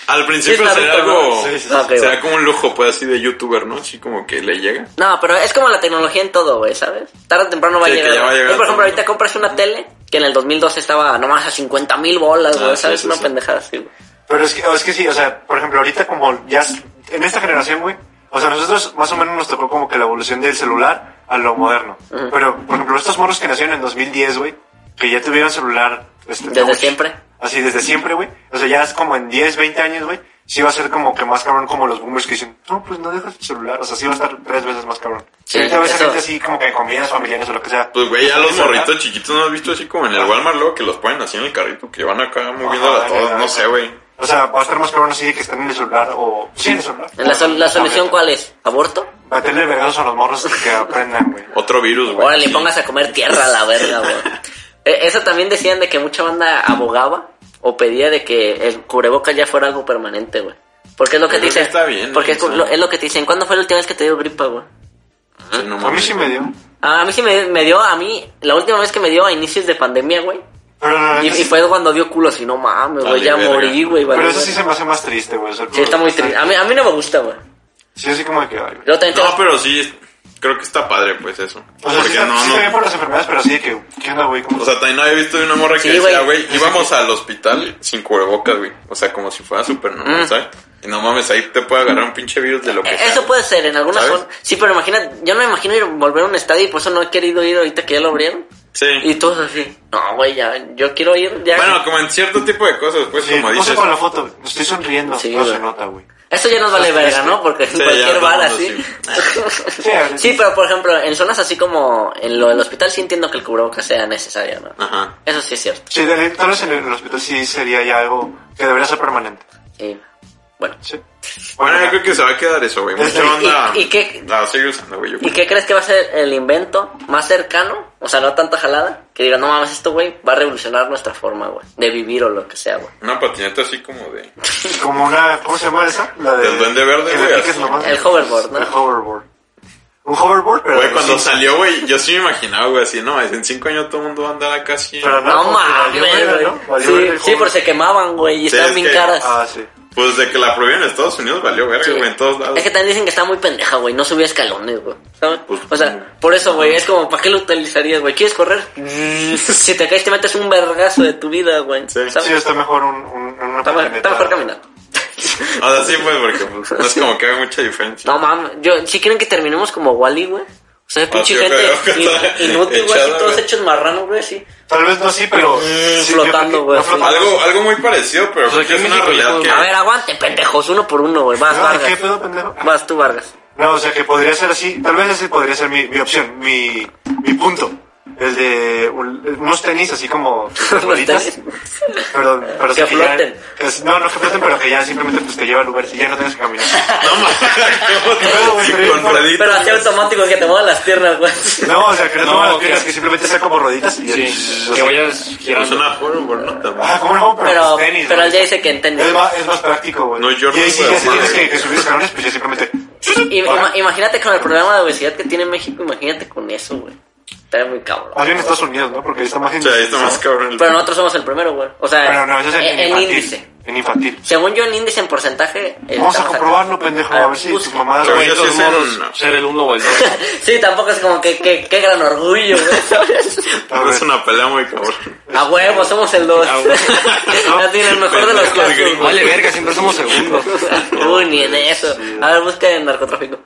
al Sí, principio está sería rico, ¿no? algo. Sí, sí, sí. Ah, ok, Será va. como un lujo, pues, así de youtuber, ¿no? Así como que le llega. No, pero es como la tecnología en todo, güey, ¿sabes? Tarde o temprano va Sí, a que llegar. ya va a güey. llegar Yo, por ejemplo, todo, ahorita ¿no? compras una tele que en el 2012 estaba nomás a 50 mil bolas, Ah, güey, sí, ¿sabes? sí, una sí. pendejada así, güey. Pero es que, es que sí, o sea, por ejemplo, ahorita como ya es- en esta generación, güey, o sea, nosotros más o menos nos tocó como que la evolución del celular a lo moderno. Pero, por ejemplo, estos monos que nacieron en 2010, güey, que ya tuvieron celular... este, Desde touch, siempre. Así, desde siempre, güey. O sea, ya es como en 10, 20 años, güey, sí va a ser como que más cabrón como los boomers que dicen, no, pues no dejas el celular. O sea, sí va a estar tres veces más cabrón. Sí, Sí, a veces eso- gente así como que en comidas familiares o lo que sea. Pues, güey, ya Usan los el celular. morritos chiquitos no has visto así como en el Walmart, luego que los ponen así en el carrito, que van acá moviendo Ajá, a todos, ajá, no ajá. sé, güey. O sea, va a estar más cabrón así de que están en el celular o... Sí, en el celular. ¿La, sol- la solución cuál es? ¿Aborto? Meterle vergazos a los morros hasta que aprendan, güey. Otro virus, güey. Órale, Sí. pongas a comer tierra a la verga, güey. Eh, Eso también decían de que mucha banda abogaba o pedía de que el cubrebocas ya fuera algo permanente, güey. Porque es lo que Yo te creo que dicen. está bien, porque ¿no? es, cu- O sea. lo, es lo que te dicen. ¿Cuándo fue la última vez que te dio gripa, güey? Sí, no A mí mames. sí me dio. Ah, A mí sí me, me dio, a mí, la última vez que me dio a inicios de pandemia, güey. Pero la Y, neta y sí- fue cuando dio culo, si no mames, güey, Ah, Vale, ya verga. morí, güey. vale, Pero eso sí güey. se me hace más triste, güey. Sí, Sí, está muy triste. A mí, a mí no me gusta, güey. Sí, así como de que... ay, güey. Yo también No, tengo- pero sí, es- creo que está padre, pues, eso. O sea, sí Porque está, no, sí no. está bien por las enfermedades, pero sí de que... ¿Qué onda, güey? ¿Cómo O sea, también había visto de una morra que Sí, decía, güey. güey, íbamos al hospital sin cubrebocas, güey. O sea, como si fuera súper normal, ¿sabes? Y no mames, ahí te puede agarrar un pinche virus de lo que Mm. Eh, sea. Eso puede ser, en algunas ¿Sabes? zonas. Sí, pero imagina, yo no me imagino ir volver a un estadio y por eso no he querido ir ahorita que ya lo abrieron. Sí. Y todos así, no, güey, ya, yo quiero ir, ya. Bueno, como en cierto tipo de cosas, pues, Sí, como no sé dices. con la foto. güey. Estoy sonriendo. Sí, no se güey. nota, güey. Eso ya nos vale verga, ¿no? Porque en ya, cualquier todo bar mundo así. Sí, a ver. Sí, pero por ejemplo, en zonas así como en lo del hospital sí entiendo que el cubrebocas sea necesario, ¿no? Ajá. Eso sí es cierto. Sí, de- tal vez en el hospital sí sería ya algo que debería ser permanente. Sí. Bueno. Sí. Bueno, yo ya. creo que se va a quedar eso, güey. Mucha ¿Y- banda y qué- la va a seguir usando, güey. yo ¿Y creo. qué crees que va a ser el invento más cercano? O sea, no tanta jalada. Que diga, no mames, esto, güey, va a revolucionar nuestra forma, güey. De vivir o lo que sea, güey. Una patineta así como de... Como una... ¿Cómo se llama esa? La de... Del Duende Verde, que le güey, piques así. nomás. El hoverboard, ¿no? El hoverboard. Un hoverboard, pero... Güey, cuando sí. salió, güey, yo sí me imaginaba, güey, así, no, en cinco años todo el mundo va a andar acá así. Pero No, como que valió verga, mames, Ah, pues, ¿no? Valió güey. verga el Sí, sí, hoverboard. pero se quemaban, güey, y Sí, estaban es bien que- caras. Ah, sí. Pues de que la prohibieron en Estados Unidos valió verga, Sí. güey, en todos lados. Es que también dicen que está muy pendeja, güey. No subía escalones, güey. ¿Sabes? Pues, o sea, por eso, güey. Es como, ¿para qué lo utilizarías, güey? ¿Quieres correr? si te caes, te metes un vergazo de tu vida, güey. Sí. ¿Sabes? Sí, está mejor un, un, una está, mejor, está patineta. mejor caminar. O sea, sí, pues, porque pues, no es como que hay mucha diferencia. No mames. Yo, si quieren que terminemos como Wally, güey. O sea, pinche yo gente creo que in- está inútil, güey, así echada, todos güey. hechos marrano, güey, sí. Tal vez no sí, pero. sí, yo creo flotando, que- güey, no sí. flotando. Eh, Algo, algo muy parecido, pero Pues creo aquí que es en una México realidad dijimos, que. A ver, aguante, pendejos, uno por uno, güey. Vas, No, Ah, ¿Qué Vargas. pedo, pendejo? Vas tú, Vargas. No, o sea que podría ser así, tal vez ese podría ser mi, mi opción, mi, mi punto. El de un- unos tenis así como Los bolitas, tenis. pero, pero Que sí ya- floten. que es- no, no que floten, pero que ya simplemente pues, te lleva al lugar y ya no tienes que caminar. No mames, Pero, con pero- rueditas. Pero así automático que te muevan las piernas, güey. No, o sea que no, No, toman las ok. piernas, que simplemente sea como roditas y ya- Sí, o que sea, vayas Es girando. pues, una horrible, ¿no? También. Ah, ¿cómo no? Pero, Pero, pues, tenis, pero ¿no? el día dice que entiende. es más, es más práctico, güey. No, Jordan, y ahí sí, pero ya si tienes madre. que, que subir escalones, pues ya simplemente. Y- ima- imagínate con el problema de obesidad que tiene México, imagínate con eso, güey. Está muy cabrón. Más bien en Estados Unidos, ¿no? Porque ahí está más O sea, ahí está más cabrón. el- Pero nosotros somos el primero, güey. O sea, Pero no, eso es en, en, en infantil. índice. En infantil. Según yo, en índice, en porcentaje. eh, Vamos a estamos acá. comprobarlo, pendejo, a ver si tus busca. mamadas. Pero Güey, yo sí todos sé en- modos, Pues, ser el uno o el dos. Sí, tampoco es como que, que, qué gran orgullo, güey. ¿sabes? A Es ver. una pelea muy cabrón. A huevo, somos el dos. A huevo. Ya tiene el mejor de los Pendejos casos. gringos. Vale, verga, siempre somos segundos. Uy, ni en eso. A ver, busca en narcotráfico.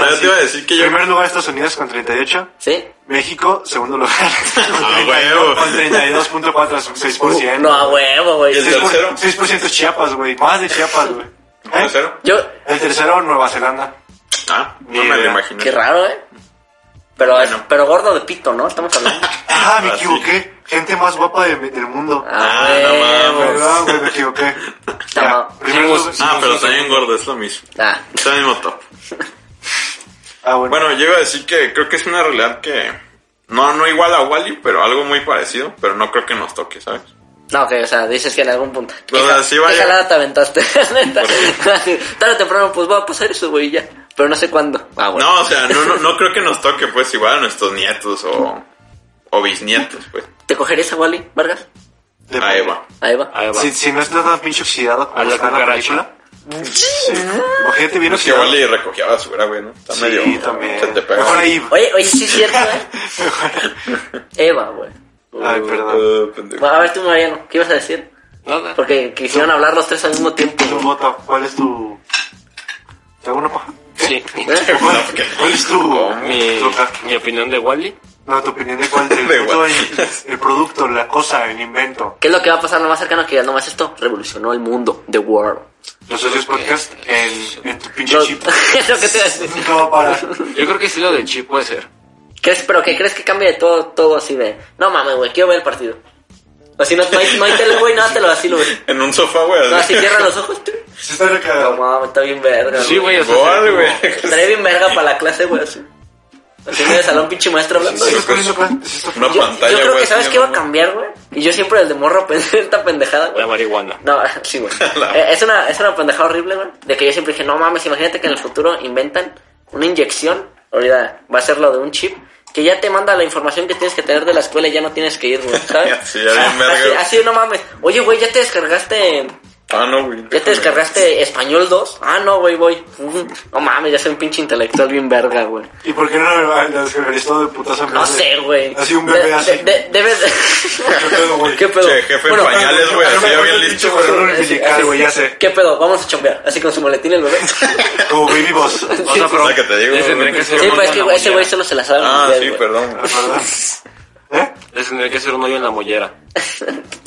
Ah, yo te iba a decir que yo. Primer lugar Estados Unidos con 38. ¿Sí? México, segundo lugar. Ah, huevo. Con 32.4, es un 6%. Uh, No, a huevo, güey. ¿Y el Seis por- tercero? 6% es Chiapas, güey. Más de Chiapas, güey. ¿Eh? ¿Tercero? Yo, El tercero, Nueva Zelanda. Ah, no Ni me lo idea. imaginé. qué raro, ¿eh? Pero, Bueno. pero gordo de pito, ¿no? Estamos hablando. Ah, me Ah, sí. equivoqué. Gente más guapa de- del mundo. A Ah, no huevo. mames. Perdón, güey, me equivoqué. No. Ya, primer Seguimos. lugar- Ah, pero también gordo, es lo mismo. Ah, Es el mismo top. Ah, bueno. Bueno, yo iba a decir que creo que es una realidad que. No, no igual a Wally, pero algo muy parecido. Pero no creo que nos toque, ¿sabes? No, que, o sea, dices que en algún punto. ¿Qué, O sea, ja- sí va a qué llegar. jalada te aventaste? Neta. ¿Por qué? Tarde o temprano, pues va a pasar eso, güey, ya. Pero no sé cuándo. Ah, bueno. No, o sea, no, no, no creo que nos toque, pues igual a nuestros nietos o, o bisnietos, pues. ¿Te cogerías a Wally, Vargas? De- A Eva. Ahí va. Ahí va. Si, si no estás tan pinche oxidado como A la está en la cucaracha. película. Sí. Ojete bien No sé, oxidado. igual y recogía basura, güey, ¿no? Está Sí, medio. también. Se te pega. Mejor ahí. Oye, oye, sí es cierto, ¿eh? Eva, güey. Ay, perdón. Eh, pendejo. Va, A ver tú, Mariano, ¿qué ibas a decir? Nada. Porque quisieron hablar los tres al mismo tiempo. Tu voto, ¿cuál es tu...? ¿Te hago una paja? Sí. ¿Eh? ¿Cuál, cuál es tu...? Mi, tu ca- mi opinión de Wally. no, tu opinión de cuál, del Da igual. el, el producto, la cosa, el invento. ¿Qué es lo que va a pasar lo más cercano que ya nomás esto revolucionó el mundo, the world? Los socios podcast en, en tu pinche Lo- chip. es lo que te iba a decir. Nunca va a parar. Yo creo que sí lo del chip puede ser. ¿Crees, pero que crees que cambie de todo, todo así de, no mames, güey, quiero ver el partido. O si no, no hay, no hay tele, güey, nada, te lo así lo ves. En un sofá, güey. No, así así. cierra los ojos, tú. Sí está No recagado. mames, está bien verga. Sí, güey, o sea, Gol, sería güey. como- Estaría bien verga para la clase, güey, así. Así en el salón, pinche maestro hablando. ¿Estás Yo, poniendo cuál? ¿Sí está- Una yo pantalla, creo güey, que sabes así, qué va a ¿no? cambiar, güey. Y yo siempre el de morro pensé esta pendejada, güey. La marihuana. No, sí, güey. La- Eh, Es una, es una pendejada horrible, güey. De que yo siempre dije, no mames, imagínate que en el futuro inventan una inyección. Ahorita va a ser lo de un chip. Que ya te manda la información que tienes que tener de la escuela y ya no tienes que ir, güey, ¿sabes? Sí, ya bien verga. así, así, no mames. Oye, güey, ya te descargaste. Ah, no, güey. Ya te descargaste Español 2. Ah, no, güey, voy. Mm, No mames, ya soy un pinche intelectual bien verga, güey. ¿Y por qué no las descargarías todo de putazo? en No vez de- sé, güey. Así un bebé De- así. de- de- debes. ¿Qué pedo, güey? ¿Qué pedo? Che, jefe en pañales, güey, Ah, no así me ya acuerdo bien el listo, pinche güey. corredor umbilical, güey, ya sé. ¿Qué pedo? Vamos a chambear. Así con su maletín el bebé. Como Baby Boss. O sea, pero. La que te digo, les tendría güey. que hacer Sí, un pues es que hoyo en güey, la ese güey mollera. solo se la sabe. Ah, mundial, sí, güey. perdón. güey. ¿Verdad? ¿Eh? Les tendría que hacer un hoyo en la mollera.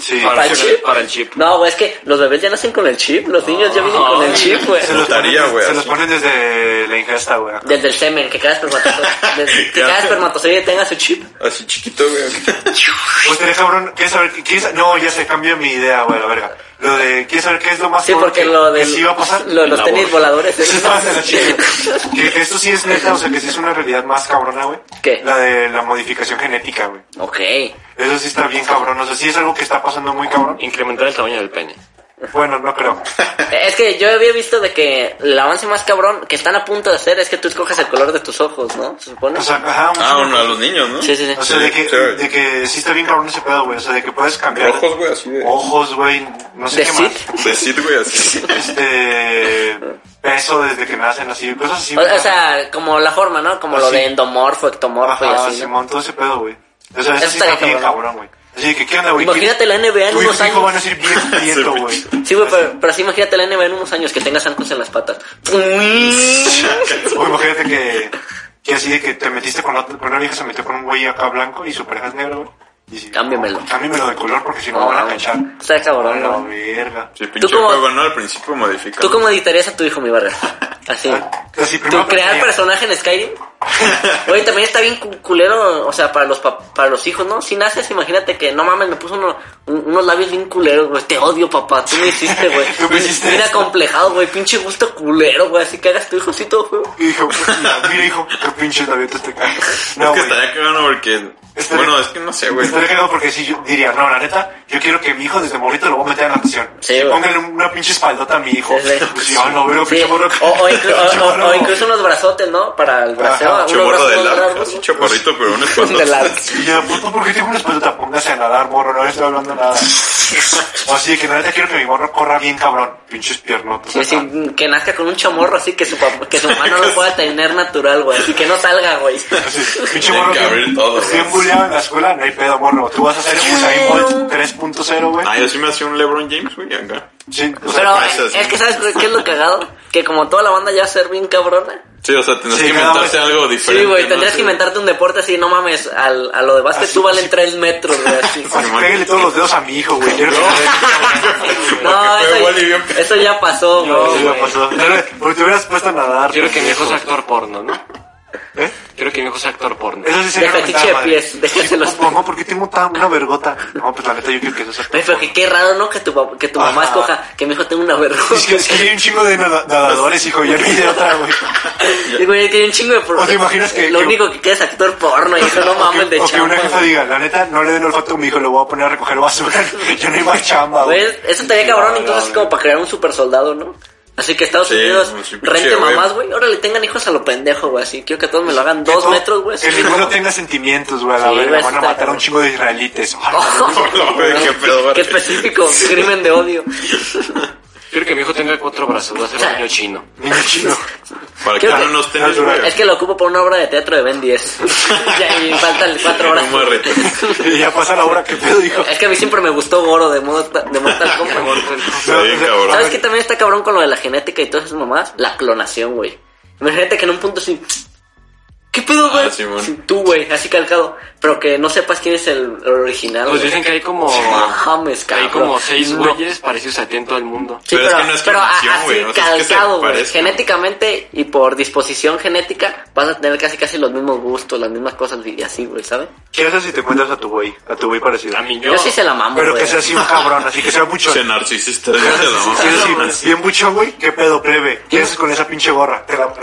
Sí. Para el el chip? chip. Para el chip. No, güey, es que los bebés ya nacen con el chip, los niños ya vienen con el chip, güey. Se los, Daría, ponen, güey, se así. los ponen desde la ingesta, güey. Desde el semen, que cada espermatozoide, desde- que Ya. cada espermatozoide tenga su chip. Así chiquito, güey. Ustedes, Pues, cabrón, ¿quieres saber qué es? No, ya se cambió mi idea, güey, la verga. Lo de, ¿quieres saber qué es lo más Sí, cabrón porque que, lo que de sí va a pasar? lo de los La tenis voz. voladores. ¿eh? Eso es más de la chingada. que, que esto sí es neta, o sea, que sí es una realidad más cabrona, güey. ¿Qué? La de la modificación genética, güey. Ok. Eso sí está bien cabrón, o sea, sí es algo que está pasando muy cabrón. Incrementar el tamaño del pene. Bueno, no creo. Es que yo había visto de que el avance más cabrón que están a punto de hacer es que tú escoges el color de tus ojos, ¿no? ¿Se supone? O sea, ajá, Ah, un- bueno, a los niños, ¿no? Sí, sí, sí. O sea, de que, Sí, de que sí está bien cabrón ese pedo, güey. O sea, de que puedes cambiar. Rojos, güey, así de. Ojos, güey, no sé ¿De qué Sid? más. De Sid, güey, así. Este. Peso desde que nacen, así, cosas así. O, güey. o sea, como la forma, ¿no? Como lo Así. de endomorfo, ectomorfo y Ajá, así. se ¿no? montó ese pedo, güey. O sea, eso Ah, Eso sí está está bien cabrón. cabrón, güey. Así que, ¿qué onda, güey? Imagínate la NBA en Tu unos hijo, hijo van a años. decir bien prieto, güey. Sí, güey, pero, pero así imagínate la NBA en unos años que tengas zancos en las patas. O imagínate que, que así de que te metiste con, otra- con una vieja, se metió con un güey acá blanco y su pareja es negro, güey. Y si- Cámbiamelo. Cámbiamelo de color porque si no, No, van a güey. cachar. Está cabrón, A la güey. verga. Sí, pinche cómo- juego, ¿no? Al principio modifica. ¿Tú cómo editarías a tu hijo, mi barrio? Así. Así, ¿Tú primero crear pensaría, personaje en Skyrim? Oye, también está bien cu- culero, o sea, para los pa- para los hijos, ¿no? Si naces, imagínate que, no mames, me puso uno- un- unos labios bien culeros, güey. Te odio, papá, tú me hiciste, güey. Tú me hiciste Mira esto. complejado, güey, pinche gusto culero, güey. Así que hagas tu hijo así todo feo. Hijo, mira, mira, hijo, qué pinche labios te caen. No, es que güey. estaría cagado porque. Estaría- Bueno, es que no sé, güey. Estaría cagado porque si yo diría, no, la neta, yo quiero que mi hijo desde morrito lo voy a meter a natación. Sí, güey. Póngale una pinche espaldota a mi hijo. Sí, sí. Pues yo no veo Sí, pinche morro. O, o inclu- o- Pinche o- morro. o incluso unos brazotes, ¿no? Para el braceo. Ajá, unos Chorro brazos de más largo. largos, Así ¿no? chaparrito, pero un espanto. De largo. Y yo, puto, ¿por qué tengo una espaldota? Póngase a nadar, morro, no le estoy hablando nada. O así de que la neta quiero que mi morro corra bien cabrón. Pinches piernotas. Sí, acá. sí, que nazca con un chamorro así que su papá, que su mamá no lo pueda tener natural, güey. Así que no salga, güey. Así, pinche Tienen morro. que abrir todo, güey. Bien bulleado en la escuela, no hay pedo, morro. Tú vas a ser Usain Bolt 3.0, güey. Ah, yo sí me hacía un LeBron James, güey, acá. Sí, o sea, Pero Ah, eso sí. es que sabes qué es lo cagado, que como toda la banda ya va a ser bien cabrona. Sí, o sea, tendrás Sí, que nada inventarse más. algo Sí, diferente. güey, ¿no? tendrías Sí. que inventarte un deporte así, no mames, al, a lo de básquet Así, tú valen así. 3 metros, güey, así. así, pégale todos los dedos a mi hijo, güey. Quiero que No, fue eso, Wally bien pe- eso ya pasó, No, güey. sí me pasó. Porque te hubieras puesto a nadar. Quiero que mi hijo sea actor porno, ¿no? ¿Eh? Quiero que mi hijo sea actor porno. Eso sí sería Deja una chiche de mentada, pies, madre. déjase Sí, los- no, Mamá, ¿por qué tengo tan una vergota? No, pues la neta yo quiero que eso sea. Güey, pero que qué raro, ¿no? Que tu, pap- que tu mamá Ajá. escoja que mi hijo tenga una Es que, vergüenza. es que hay un chingo de nada- nadadores, hijo, ya no hay de otra, güey. Sí, güey, que hay un chingo de pro- ¿O te imaginas que- Lo que- único que queda es actor porno y eso no O que- mames de o que chamba. una jefa güey. diga, la neta, no le den olfato a mi hijo, le voy a poner a recoger basura. Yo no iba a chamba, "Ah, güey. Pues, eso estaría cabrón, entonces, como para crear un super soldado, ¿no? Así que Estados Sí, Unidos un super rente chido, güey. mamás, güey. Ahora le tengan hijos a lo pendejo, güey. Así quiero que todos me lo hagan Que dos todo- metros, güey. así. Que ninguno tenga sentimientos, güey. A la Sí, verga, güey, van a está matar a un cabrón. chingo de israelites. Ay, No, güey, qué pedo, güey. Qué específico, crimen de odio. Quiero que mi hijo tenga cuatro brazos, va a ser un niño chino. Niño chino. Para que Creo no que- nos tenis, Natural. güey. Es que lo ocupo para una obra de teatro de Ben 10. ya, y faltan cuatro horas. No muere. Y ya pasa la hora, ¿qué pedo, hijo? Es que a mí siempre me gustó Goro de, Mortal- de Mortal Kombat. Está bien, cabrón. ¿Sabes qué también está cabrón con lo de la genética y todas esas mamadas? La clonación, güey. Imagínate que en un punto así. ¿Qué pedo, Ah, güey? Simón. Sí, Tú, güey, así calcado. Pero que no sepas quién es el el original. Pues güey. dicen que hay como... No mames, Que hay cabrón. como seis No. güeyes parecidos a ti en todo el mundo. Sí, Pero pero, es que no es pero a- clonación, así güey, o sea, es que se calcado, güey. parezcan. Genéticamente y por disposición genética vas a tener casi casi los mismos gustos, las mismas cosas y así, güey, ¿sabes? ¿Qué haces si te encuentras a tu güey? A tu güey parecido. A mí Yo, yo... sí se la mamo, Pero güey. que sea así un cabrón, así que sea mucho. Che narcisista, ya te la mamá. Sí, sí, sí. bien buchón, güey. ¿Qué pedo, plebe? ¿Qué haces con esa pinche gorra? Te la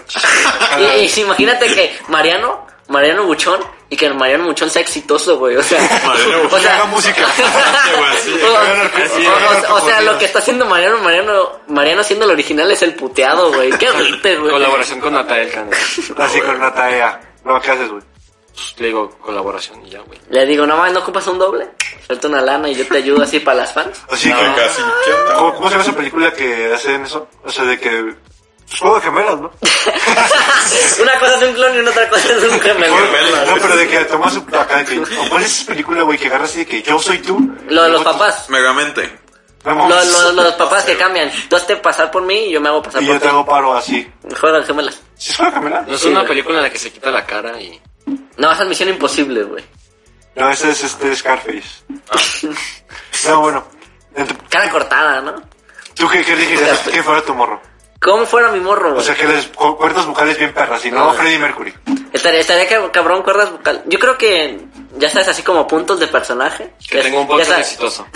Y, y sí, imagínate que Mariano, Mariano Buchón, y que Mariano Buchón sea exitoso, güey. O sea, Mariano o Buchón sea, haga música. güey, así, o- que haga narco- o- que haga o- o narcocorrido. sea, lo que está haciendo Mariano, Mariano, Mariano siendo el original es el puteado, güey. Qué horrible, güey. Colaboración con Natael Cano. Así con una tarea. No, ¿qué haces, güey? Le digo colaboración y ya, güey. Le digo, no mames, ¿no ocupas un doble? Suelta una lana y yo te ayudo así para las fans. Así Acá, que. así, ¿qué onda? ¿Cómo, cómo se llama esa película que hacen eso? O sea, de que. Pues juego de gemelas, ¿no? una cosa es un clon y una otra cosa es un gemelo. de gemelas, No, güey. pero de que tomas un acá de que. ¿o ¿Cuál es esa película, güey? Que agarras así de que yo soy tú. Lo de los y luego tú- papás. Megamente. Vamos. Lo, lo- los papás que cambian. Tú hazte pasar por mí y yo me hago pasar Y por yo te ti. hago paro así. Joder, gemelas. ¿Sí es juego de gemelas? No es Sí, una güey. película en la que se quita la cara y... No, esa es misión imposible, güey. No, ese es este Scarface. No, bueno. Ent- Cara cortada, ¿no? ¿Tú qué, qué dirías que fuera tu morro? ¿Cómo fuera mi morro, O güey? sea, que les cu- cuerdas vocales bien perras, y no, No. Freddie Mercury. Estaría, estaría cab- cabrón cuerdas vocales. Yo creo que, ya sabes, así como puntos de personaje. Que Ya- tengo un ya podcast sabes- exitoso.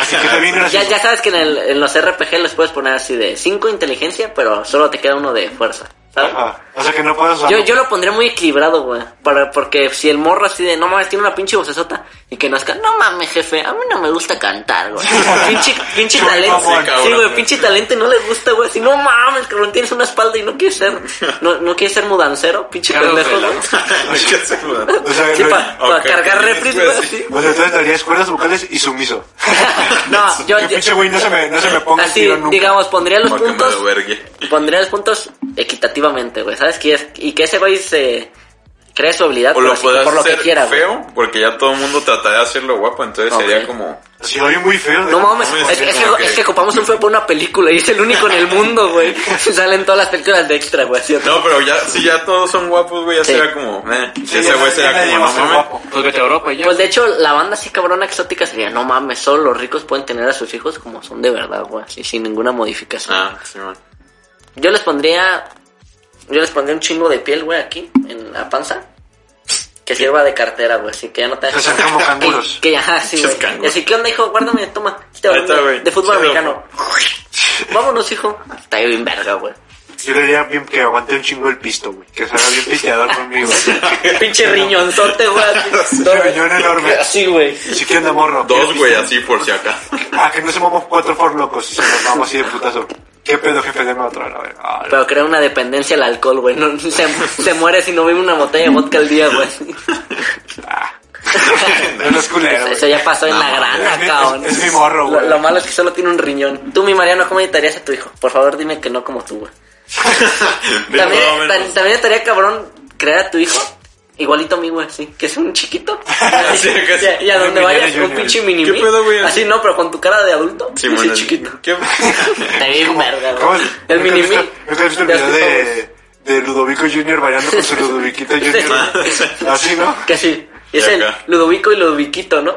Así que te vienen así. Ya, ya sabes que en, el- en los RPG les puedes poner así de 5 inteligencia, pero solo te queda uno de fuerza, ¿sabes? Ajá. Ah, O sea, que no puedes usar. Yo, yo lo pondré muy equilibrado, güey. Para, porque si el morro así de, no mames, tiene una pinche vocesota y que nazca, no mames, jefe, a mí no me gusta cantar, güey. pinche, pinche Soy talento. mamón, Sí, cabrón. güey, pinche talento y no le gusta, güey. Si no mames, cabrón, tienes una espalda y no quieres ser, no, no quieres ser mudancero, pinche Carlos pendejo, Vela. güey. Es que se muda. O sea, Sí, no- para Ok, cargar tienes, refris, güey, güey, sí. así. O sea, entonces darías cuerdas vocales y sumiso. No, yo, que yo- pinche güey no se me, no se me ponga el así, tiro nunca. digamos, pondría los Para que me puntos. lo vergue. Pondría los puntos equitativamente, güey, ¿sabes? Que es- y que ese güey se Crea su habilidad O pero lo así que por podrás lo que hacer quiera, güey. feo, porque ya todo el mundo tratará de hacerlo guapo, entonces Ok. sería como... Si lo vi muy feo. ¿eh? de- No mames, No, es, es- es que, ok. es que ocupamos un feo para una película y es el único en el mundo, güey. Salen todas las películas de extra, güey. así. No, pero ya, si ya todos son guapos, güey, ya Sí. será como... Eh, Sí, ese ya- güey ya será nadie como... va a No ser mames. guapo. Pues vete a Europa y ya. Pues de hecho, la banda así cabrona exótica sería, no mames, solo los ricos pueden tener a sus hijos como son de verdad, güey, así sin ninguna modificación. Ah, sí, man. Yo les pondría, yo les pondría un chingo de piel, güey, aquí, en la panza, que sirva de cartera, güey, así que ya no te Que sean como canguros. Que, que ya, ajá, sí, Pinches güey. canguros. Así que onda, hijo, guárdame, toma, aquí te va Ahí está, una güey. de fútbol Sí, americano. Vámonos, hijo. Está bien verga, güey. Yo le diría bien que aguante un chingo el pisto, güey. Que salga bien pisteador conmigo. Pinche riñonzote, güey. así. Ese riñón enorme. Así, güey. Si quieren de morro. Dos, güey, así por si acaso. Ah, que no se vamos cuatro por locos y se nos vamos así de putazo. ¿Qué pedo, jefe? Deme otro, a ver. Ah, Pero crea una dependencia al alcohol, güey. No, se, se muere si no bebe una botella de vodka al día, güey. no es culero, Eso güey. ya pasó en la Es grana, mi- cabrón. es- es mi morro, Lo, güey. lo malo es que solo tiene un riñón. Tú, mi Mariano, ¿cómo editarías a tu hijo? Por favor, dime que no como tú, güey. De También, todo menos. tan- también estaría cabrón crear a tu hijo igualito a mí, güey, así. Que es un chiquito. Así que y, a, y a un donde Mariano vayas, un Junior. pinche mini ¿Qué pedo, güey? Así no, pero con tu cara de adulto. Sí, Sí, man, chiquito. ¿Qué? Está bien verga, ¿Cómo güey. es? El ¿Nunca has mini-mi. visto- nunca has visto el Ya video estamos. de, de Ludovico Junior bailando con su Ludoviquita Junior? Así, ¿no? Que sí. Y es Y el acá. Ludovico y Ludoviquito, ¿no?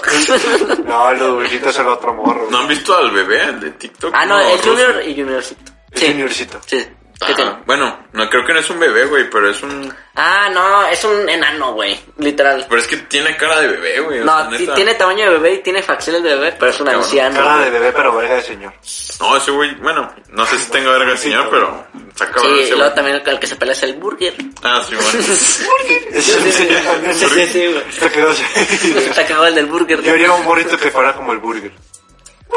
No, el Ludoviquito es el otro morro. ¿No han visto al bebé, el de TikTok? ah, no, Uno el ruso. Junior y Juniorcito. Es Sí. juniorcito. Sí. ¿Qué Ajá. tiene? Ah, Bueno, no creo que no es un bebé, güey, pero es un... Ah, no, es un enano, güey. Literal. Pero es que tiene cara de bebé, güey. o No, sea, ti- neta. tiene tamaño de bebé y tiene facciones de bebé, pero es un Cabrón. anciano. Cara güey. de bebé, pero verga de señor. No, ese güey, bueno, no sé si tenga verga el señor, pero está Sí, cabrón y ese güey. luego también el que se pelea es el burger. Ah, sí, bueno. Es un señor también. Sí, sí, sí, güey. Está que no sé. Está cagado el del burger. Yo haría un morrito que fuera como el burger. Burger.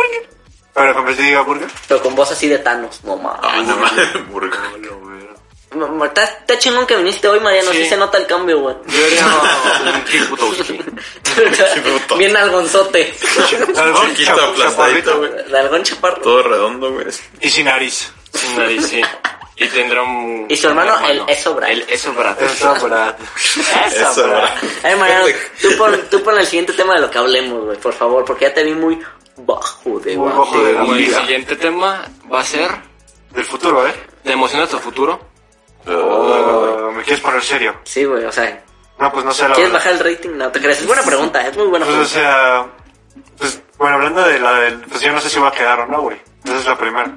Pero que en vez de diga burger. Pero con voz así de Thanos, no Ah, mames. no mames, burgo. No, lo veo. Ma- ma- Está, está chingón que viniste hoy, Mariano. Sí, Sí. se nota el cambio, güey. Yo haría un Kik Butowski. bruto. Bien algonzote. Algón, Chiquito, chapo- aplastadito, chaparrito. güey. El algón chaparro. Todo redondo, güey. Y sin nariz. Sin nariz, sí. Y tendrá un. Y su hermano, el Eso Brad. El Eso Brad. Eso para... Eso, Eso, bro. bro. Ay, Mariano, tú pon, tú pon el siguiente tema de lo que hablemos, güey, por favor, porque ya te vi muy bajo de Muy guante. bajo de la Y el vida. siguiente tema va a ser. Del futuro, ¿eh? ¿Te emociona tu futuro? Oh. Uh, ¿Me quieres poner serio? Sí, güey, o sea, No, pues no sé la ¿quieres verdad. bajar el rating? No, te crees. Es buena pregunta, es muy buena Pues, o pregunta. sea... Pues, bueno, hablando de la del... Pues yo no sé si va a quedar o no, güey. Esa es la primera.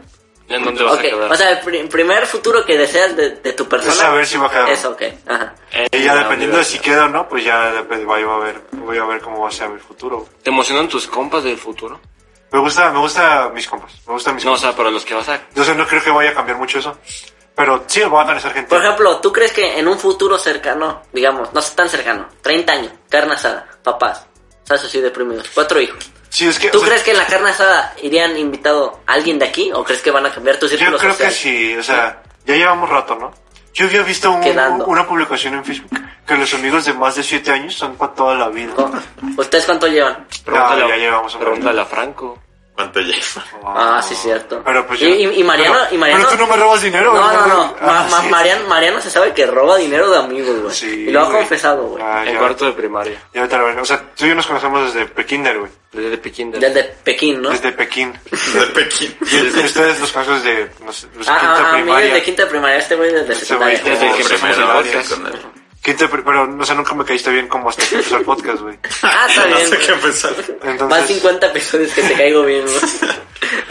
¿En dónde vas Ok, a quedar? o sea, el pri- primer futuro que deseas de, de tu persona. Es saber si va a quedar. Eso, ok, ajá. Eh, Y Ah, ya dependiendo de si queda o no, pues ya dep- voy a ver, voy a ver cómo va a ser mi futuro. güey. ¿Te emocionan tus compas del futuro? Me gusta, me gusta mis compas. Me gustan mis No, o compas. sea, pero los que vas a. Entonces no creo que vaya a cambiar mucho eso. Pero sí, voy a conocer gente. Por ejemplo, ¿tú crees que en un futuro cercano, digamos, no sé tan cercano, 30 años, carne asada, papás, ¿sabes? Así deprimidos, cuatro hijos. sí, es que, ¿Tú o sea, crees que en la carne asada irían invitado a alguien de aquí o crees que van a cambiar tu círculo Yo creo social? que sí, o sea, ya llevamos rato, ¿no? Yo había visto un- Quedando. una publicación en Facebook que los amigos de más de 7 años son para toda la vida. Oh, ¿Ustedes cuánto llevan? Pregúntale, No, Ah, ya llevamos un pregúntale a Franco. ¿Cuánto lleva? Ah, sí, cierto. Oh. Pero pues y, yo- y- y Mariano, Pero- y Mariano. pero tú no me robas dinero, No, güey, no, no, no. no. Ma- Ah, ma- sí. Mariano, Mariano se sabe que roba dinero de amigos, güey. Sí, y lo ha güey. confesado, güey. Ah, En ya, cuarto de primaria. ya vete a la verga. O sea, tú y yo nos conocemos desde Pekinder, güey. Desde Pekín. Del de Pekín, ¿no? Desde Pekín. De Pekín. Y ustedes los conocen desde, no sé, los Ah, quinta ah, a mí primaria. desde quinta primaria, este güey desde Este güey secundaria. desde Como que empezamos primero, el güey, podcast. con el- Quinta pri- pero, o sea, nunca me caíste bien como hasta que empezó el podcast, güey. Ah, está No bien. sé güey. qué empezar. Más Entonces, 50 episodios que te caigo bien, güey.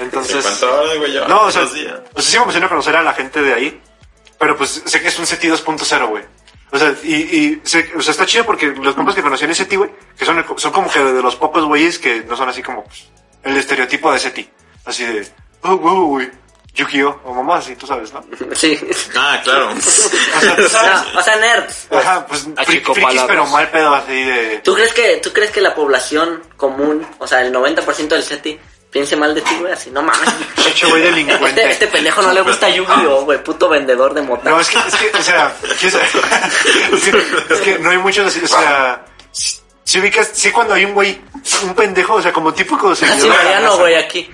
entonces, 50 horas, güey, ya. No, o sea, o dos días. sea, sí me emociona conocer a la gente de ahí, pero pues sé que es un SETI 2.0, güey. O sea, y, y sé- o sea, está chido porque los compas que conocí en SETI, güey, que son, son como que de los pocos güeyes que no son así como pues, el estereotipo de SETI. Así de, oh, wow, güey, Yu-Gi-Oh! o mamá, así, tú sabes, ¿no? Sí. Ah, claro. No, o sea, nerds. Ajá, pues a fri- chico frikis, palabras. pero mal pedo, así de... ¿Tú crees que tú crees que la población común, o sea, el 90% del SETI piense mal de ti, güey? Así, no mames. Pinche güey delincuente. Ah. Este, este pendejo no le gusta Yu-Gi-Oh, güey, puto vendedor de mota. No, es que, es que, o sea, ¿quieres saber? es, que, es que no hay muchos, así, o sea, si, si ubicas, sí cuando hay un güey, un pendejo, o sea, como típico Así seguidor. Mariano, güey, aquí.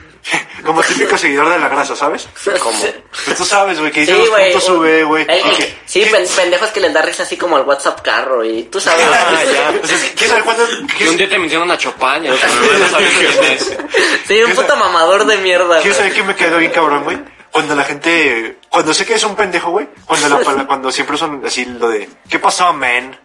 Como típico seguidor de la grasa, ¿sabes? ¿Cómo? Pero tú sabes, güey, que dice Sí, los güey. puntos sube, güey. Eh, y eh, que- Sí, que- pen- pendejos que les da risa así como el WhatsApp carro y tú sabes. Ah, ya. O sea, ¿Quieres saber cuánto? Y un ¿Quieres día te mencionan a Chopin y al otro día no sabes quién es. Sí, un puto mamador de mierda. quieres güey. saber que me quedo bien cabrón, güey? Cuando la gente... Cuando sé que es un pendejo, güey. Cuando, la pala- cuando siempre usan así lo de... ¿Qué pasó, man?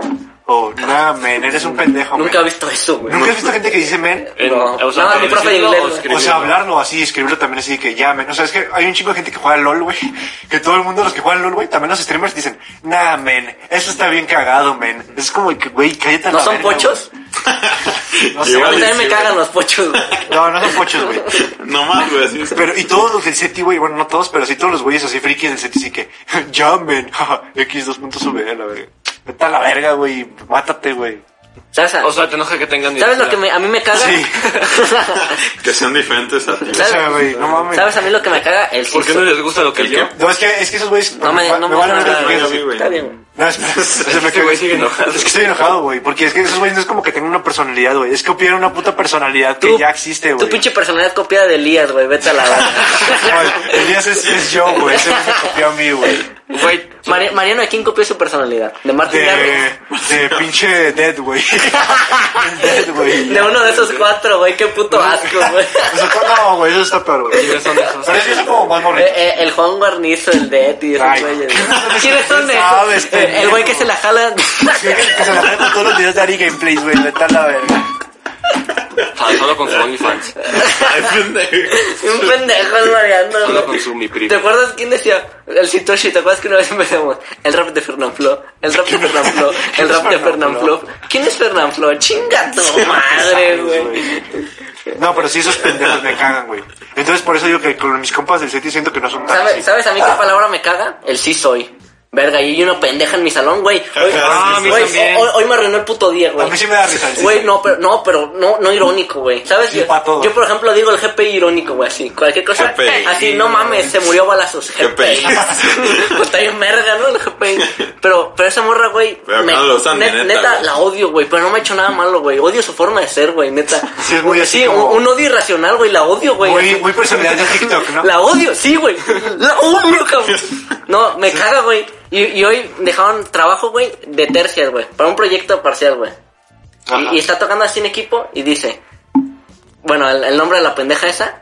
O, nada, man, eres un pendejo, Nunca he man. visto eso, güey. ¿Nunca has visto gente que dice man? No, nada, mi profe de decirlo inglés, o güey. O escribirlo. sea, hablarlo así, escribirlo también así que ya, men. O sea, es que hay un chingo de gente que juega al LOL, güey. Que todo el mundo, los que juegan al LOL, güey, también los streamers dicen, nah, men, eso está bien cagado, men. Es como que, güey, cállate a ¿No Ah, la son verga, pochos? güey. No, sé, A Igual mí y también me sí, cagan güey. los pochos, güey. no, no son pochos, güey. No más, güey, así es. Pero, y todos los del SETI, güey, bueno, no todos, pero sí todos los güeyes así frikis del SETI, sí que, ya, men, jaja, X dos puntos sube, a la verga. Vete a la verga, güey, mátate, güey. ¿Sabes, O sea, te enoja que tengan ¿sabes lo identidad. que me- a mí me caga? Sí. Que sean diferentes a ti. O sea, güey, no mames. ¿Sabes a mí lo que me caga? El ¿Por qué sexo. no les gusta lo que ¿El yo? qué? No, es que, es que esos güeyes No me, no me, van a ver no me- lo que a piensan. mí, güey. Está bien, güey. No, espera, se me Este quedó- güey sigue enojado. Es que estoy enojado, güey, porque es que esos güeyes no es como que tengan una personalidad, güey. Es que copian una puta personalidad que Tú- ya existe, güey. Tu pinche personalidad copiada de Elías, güey. Vete a la Ay, verga. Elías es, es yo, güey. Ese güey se copió a mí, güey. Güey, Mari- Mariano, ¿de quién copió su personalidad? ¿De Martin Garrix? De, de pinche Dead, güey. Dead, güey. De uno de esos cuatro, güey. Qué puto asco, güey. O sea, Pues No, güey, eso está peor, güey. ¿quiénes son esos? Pero es que son como más Eh, morritos. eh, el Juan Guarnizo, el Dead y esos Ay, güeyes. ¿qué güey. ¿Quiénes son de sabes, esos? Eh, El güey que se la jala. Sí, que- que se la meten todos los videos de Ari Gameplays, güey. Vete a la verga. Ah, Solo con su OnlyFans. Ay, pendejo. Un pendejo es Mariano, Solo güey. con su mi ¿Te primo. acuerdas quién decía? El Sitoshi, ¿te acuerdas que una vez empezamos? El rap de Fernanfloo, el rap de Fernanfloo, el rap de es Fernanfloo? Fernanfloo. ¿Quién es Fernanfloo? Chinga tu madre, güey. No, pero sí, esos pendejos me cagan, güey. Entonces, por eso digo que con mis compas del set siento que no son tan ¿Sabes, así. ¿Sabes a mí qué palabra me caga? El sí soy. Verga, y hay una pendeja en mi salón, güey. Hoy, Ah, a mí güey, también. hoy- hoy me arruinó el puto día, güey. A mí sí me da risa el sí Güey, soy. no, pero, no, pero no, no irónico, güey. ¿Sabes? Sí, yo, pa' todo. yo, por ejemplo, digo el GPI irónico, güey, así. Cualquier cosa. GPI. Así, no mames, se murió a balazos. GPI. Pues Está bien merga, ¿no? El GPI. Pero, pero esa morra, güey. Pero acá lo usan de net- neta, güey. la odio, güey. Pero no me ha hecho nada malo, güey. Odio su forma de ser, güey, neta. Sí, es muy así Sí, como- un, un odio irracional, güey. La odio, güey. Muy, muy personalidad de TikTok, ¿no? La odio, sí, güey. La odio, cabrón. No, me caga, güey. Y, y hoy dejaron trabajo, güey, de tercias, güey. Para un proyecto parcial, güey. Y- Ajá. Y, está tocando así en equipo y dice... Bueno, el, el nombre de la pendeja esa.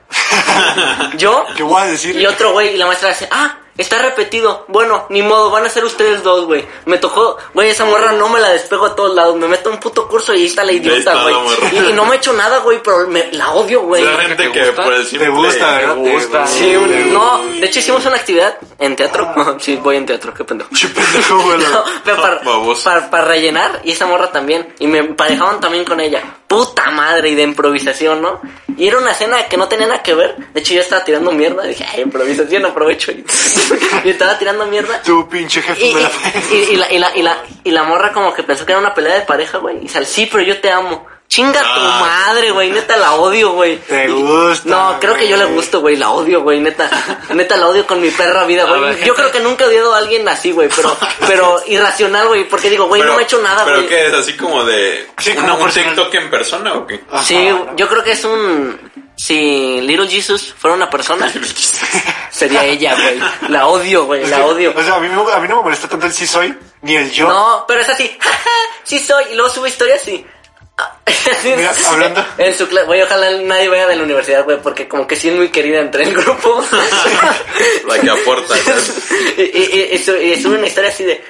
Yo ¿Qué voy a decir? y otro güey. Y la maestra dice... Ah, está repetido. Bueno, ni modo. Van a ser ustedes dos, güey. Me tocó... Güey, esa morra no me la despego a todos lados. Me meto a un puto curso y ahí está la está idiota, la güey. morra. Y, y no me he hecho nada, güey. Pero me, la odio, güey. La gente ¿Te que gusta? por el simple... Te gusta, ¿verdad? Me gusta. Sí, un- no, de hecho hicimos una actividad en teatro. sí, voy en teatro, qué pendejo. Che, pendejo, güey. No, pero para, Baboso. para- para rellenar y esa morra también. Y me emparejaban también con ella. Puta madre, y de improvisación, ¿no? Y era una escena que no tenía nada que ver. De hecho, yo estaba tirando mierda. Dije, ay, improvisación, aprovecho. Y, y estaba tirando mierda. Tu pinche Y, jefe me la y, y- y la, y, la, y, la, y la morra como que pensó que era una pelea de pareja, güey. Y sal, sí, pero yo te amo. Chinga tu Ah. madre, güey. Neta, la odio, güey. Te Y- gusta, No, creo que yo le güey. gusto, güey. La odio, güey. Neta, neta, la odio con mi perra vida, A ver, güey. Yo gente. creo que nunca he odiado a alguien así, güey. Pero, pero irracional, güey. Porque digo, güey, no me he hecho nada, ¿Pero güey. qué es? ¿Así como de Sí, una- como un personal. TikTok en persona o qué? Sí, yo creo que es un... Si Little Jesus fuera una persona, sería ella, güey. La odio, güey. La odio. O sea, a mí, no- a mí no me molesta tanto el sí soy, ni el yo. No, pero es así. sí soy. Y luego sube historias así. Mira, hablando. En su clase, güey, ojalá nadie vaya de la universidad, güey, porque como que sí es muy querida entre el grupo. La que aporta. ¿sabes? y, y- y su- y sube una historia así de.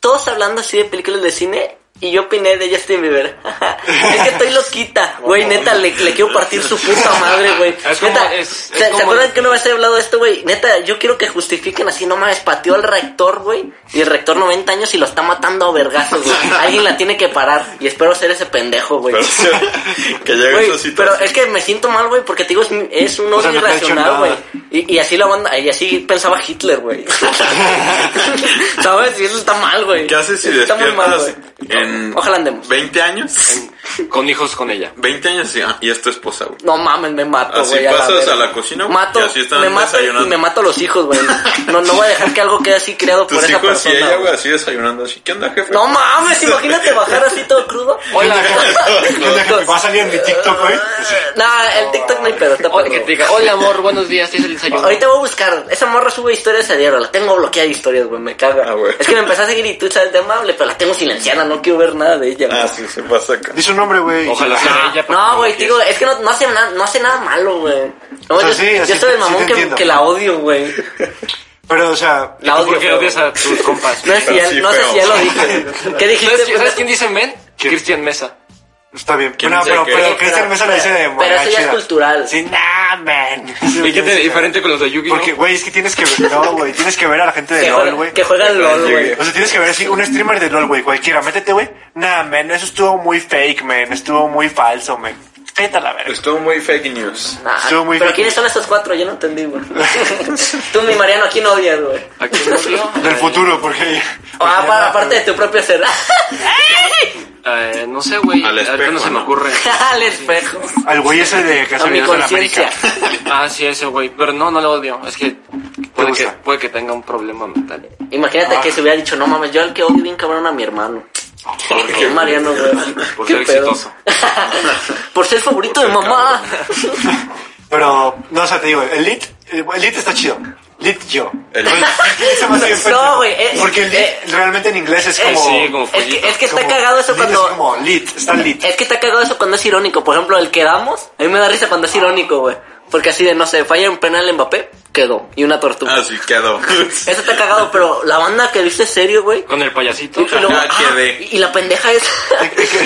Todos hablando así de películas de cine. Y yo opiné de Justin Bieber. es que estoy loquita, güey. Neta, le, le quiero partir su puta madre, güey. Oh, Es como- Neta, es- ¿se, es se como- acuerdan que una vez he hablado de esto, güey? Neta, yo quiero que justifiquen así, no mames, pateó al rector, güey. Y el rector 90 años y lo está matando a vergazos, güey. Alguien la tiene que parar. Y espero ser ese pendejo, güey. Pero, sí, que llega Güey, esa pero situación. es que me siento mal, güey, porque te digo, es, un- es un O sea, odio no te ha hecho irracional, nada. güey. Y, y así la banda, y así pensaba Hitler, güey. ¿Sabes? Y eso está mal, güey. ¿Qué haces si Eso Está muy mal, despiertas güey. en Ojalá andemos. 20 años Con hijos con ella. 20 años y, ah, y es tu esposa, güey. No mames, me mato, Así güey. pasas verga. a la cocina, güey, mato, y así están me mato desayunando. y me mato a los hijos, güey. No, no voy a dejar que algo quede así creado por Tus esa hijos y persona. ella, güey. güey, así desayunando. Así, ¿qué onda, jefe? No mames, imagínate bajar así todo crudo. Hola. Me va a salir en mi TikTok, güey. pues, Así, Nah, el TikTok no hay pedo, está pedo, Hola, que te güey. diga, hola amor, buenos días, este es el desayuno. Ahorita voy a buscar. Esa morra sube historias a diario. La tengo bloqueada de historias, güey. Me caga. Ah, güey. Es que me empecé a seguir y tú sabes de amable, pero la tengo silenciada. No quiero ver nada de ella, güey. Ah, sí, se pasa acá. Dice un nombre, güey. Ojalá sea ella. porque Ah, No, güey, lo te digo, es que no, no hace nada, no hace nada malo, güey. No, sea, yo, Ah, sí, yo sí, soy el sí te mamón que, entiendo. que la odio, güey. Pero, o sea, La ¿Tú odio. por qué pero- odias a tus compas? eh, No, es Pero si ya, sí, no sé feo. si ya lo dije. ¿Qué dijiste? pues, ¿Sabes, sabes pendejo? quién dice men? ¿Quién? Cristian Mesa. está bien. ¿Quién no, dice pero, que- pero Cristian Mesa lo dice de pero manera eso ya es chida. cultural. Sí, nah, man. ¿Y qué te diferente con los de Yugi? no? Porque, güey, es que tienes que ver, no, güey, tienes que ver a la gente de que, LOL, juegan- güey. que juegan LOL, güey. O sea, tienes que ver así un streamer de LOL, güey, cualquiera. Métete, güey. Nah, man, eso estuvo muy fake, man. Estuvo muy falso, man. Vete a la verga. Estuvo muy fake news. Nah, Estuvo muy pero bien. ¿quiénes son estos cuatro? Yo no entendí, güey. Tú, mi Mariano, aquí no odias, güey. ¿A quién odio? Del Eh, futuro, porque. Ah, para- aparte de tu propio ser. eh, no sé, güey. Al Ahorita espejo, no se me ¿no? ocurre. Al espejo. Al güey ese de que A se mi vino de la conciencia. América. Ah, sí, ese güey. Pero no, no lo odio. Es que puede, que gusta? puede que tenga un problema mental. Imagínate Ah. que se hubiera dicho, no mames, yo al que odio bien cabrón a mi hermano. qué? Mariano, güey. Por ¿Qué ser pedo? exitoso. Por ser favorito de mamá. Pero, no, o sea, te digo, el lit, el el lit está chido. Lit yo. El- Se me hace bien No, pendejo. güey, eh, Porque el lit eh, realmente en inglés es eh, como. sí, como Es que, es que está como- cagado eso lit es cuando. como lit, está lit. Es que está cagado eso cuando es irónico. Por ejemplo, el quedamos, a mí me da risa cuando es irónico, güey. Porque así de, no sé, falla un penal Mbappé, quedó. Y una tortuga. Ah, Así Ah, quedó. Eso está cagado, pero la banda que dice serio, güey. Con el payasito. Y, y luego, Ajá, ah, quedé. y la pendeja esa,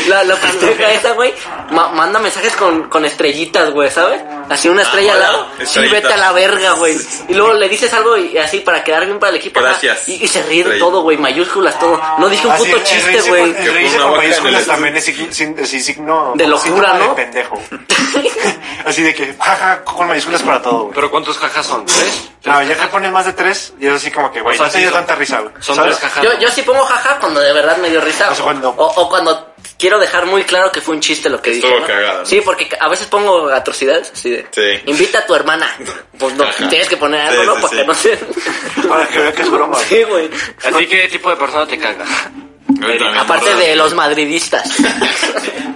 la, la Ah, pendeja esa, güey, ma- manda mensajes con, con estrellitas, güey, ¿sabes? Así una estrella Ah, al lado, hola, sí, estrellitas. vete a la verga, güey. Y luego le dices algo y así para quedar bien para el equipo. ajá. Gracias. Y, y se ríe de Estrella. todo, güey, mayúsculas, todo. No dije un Así, puto el chiste, reírse güey. con- El reírse Una con vaca en el mayúsculas estudio. también es sig- sin- así signo. De como locura, síntoma ¿no? De pendejo. Así de que, jaja, con mayúsculas para todo, güey. Pero ¿cuántos jajas son? ¿Tres? Ah, No, ya que ponen más de tres, y es así como que, güey, O sea, no te sí dio son- tanta risa, güey. Son ¿Sabes? tres jajas. Yo, yo sí pongo jaja cuando de verdad me dio risa. O sea, cuando- O, o cuando quiero dejar muy claro que fue un chiste lo que dije. Estuvo ¿no? cagada, ¿no? Sí, porque a veces pongo atrocidades así de. Sí. Invita a tu hermana. Pues no, Ajá. tienes que poner algo, Sí, ¿no? sí, Para sí. que no se. Para que vea que es broma. sí, güey. ¿A ti qué tipo de persona te caga? Yo también, Aparte ¿verdad? de los madridistas.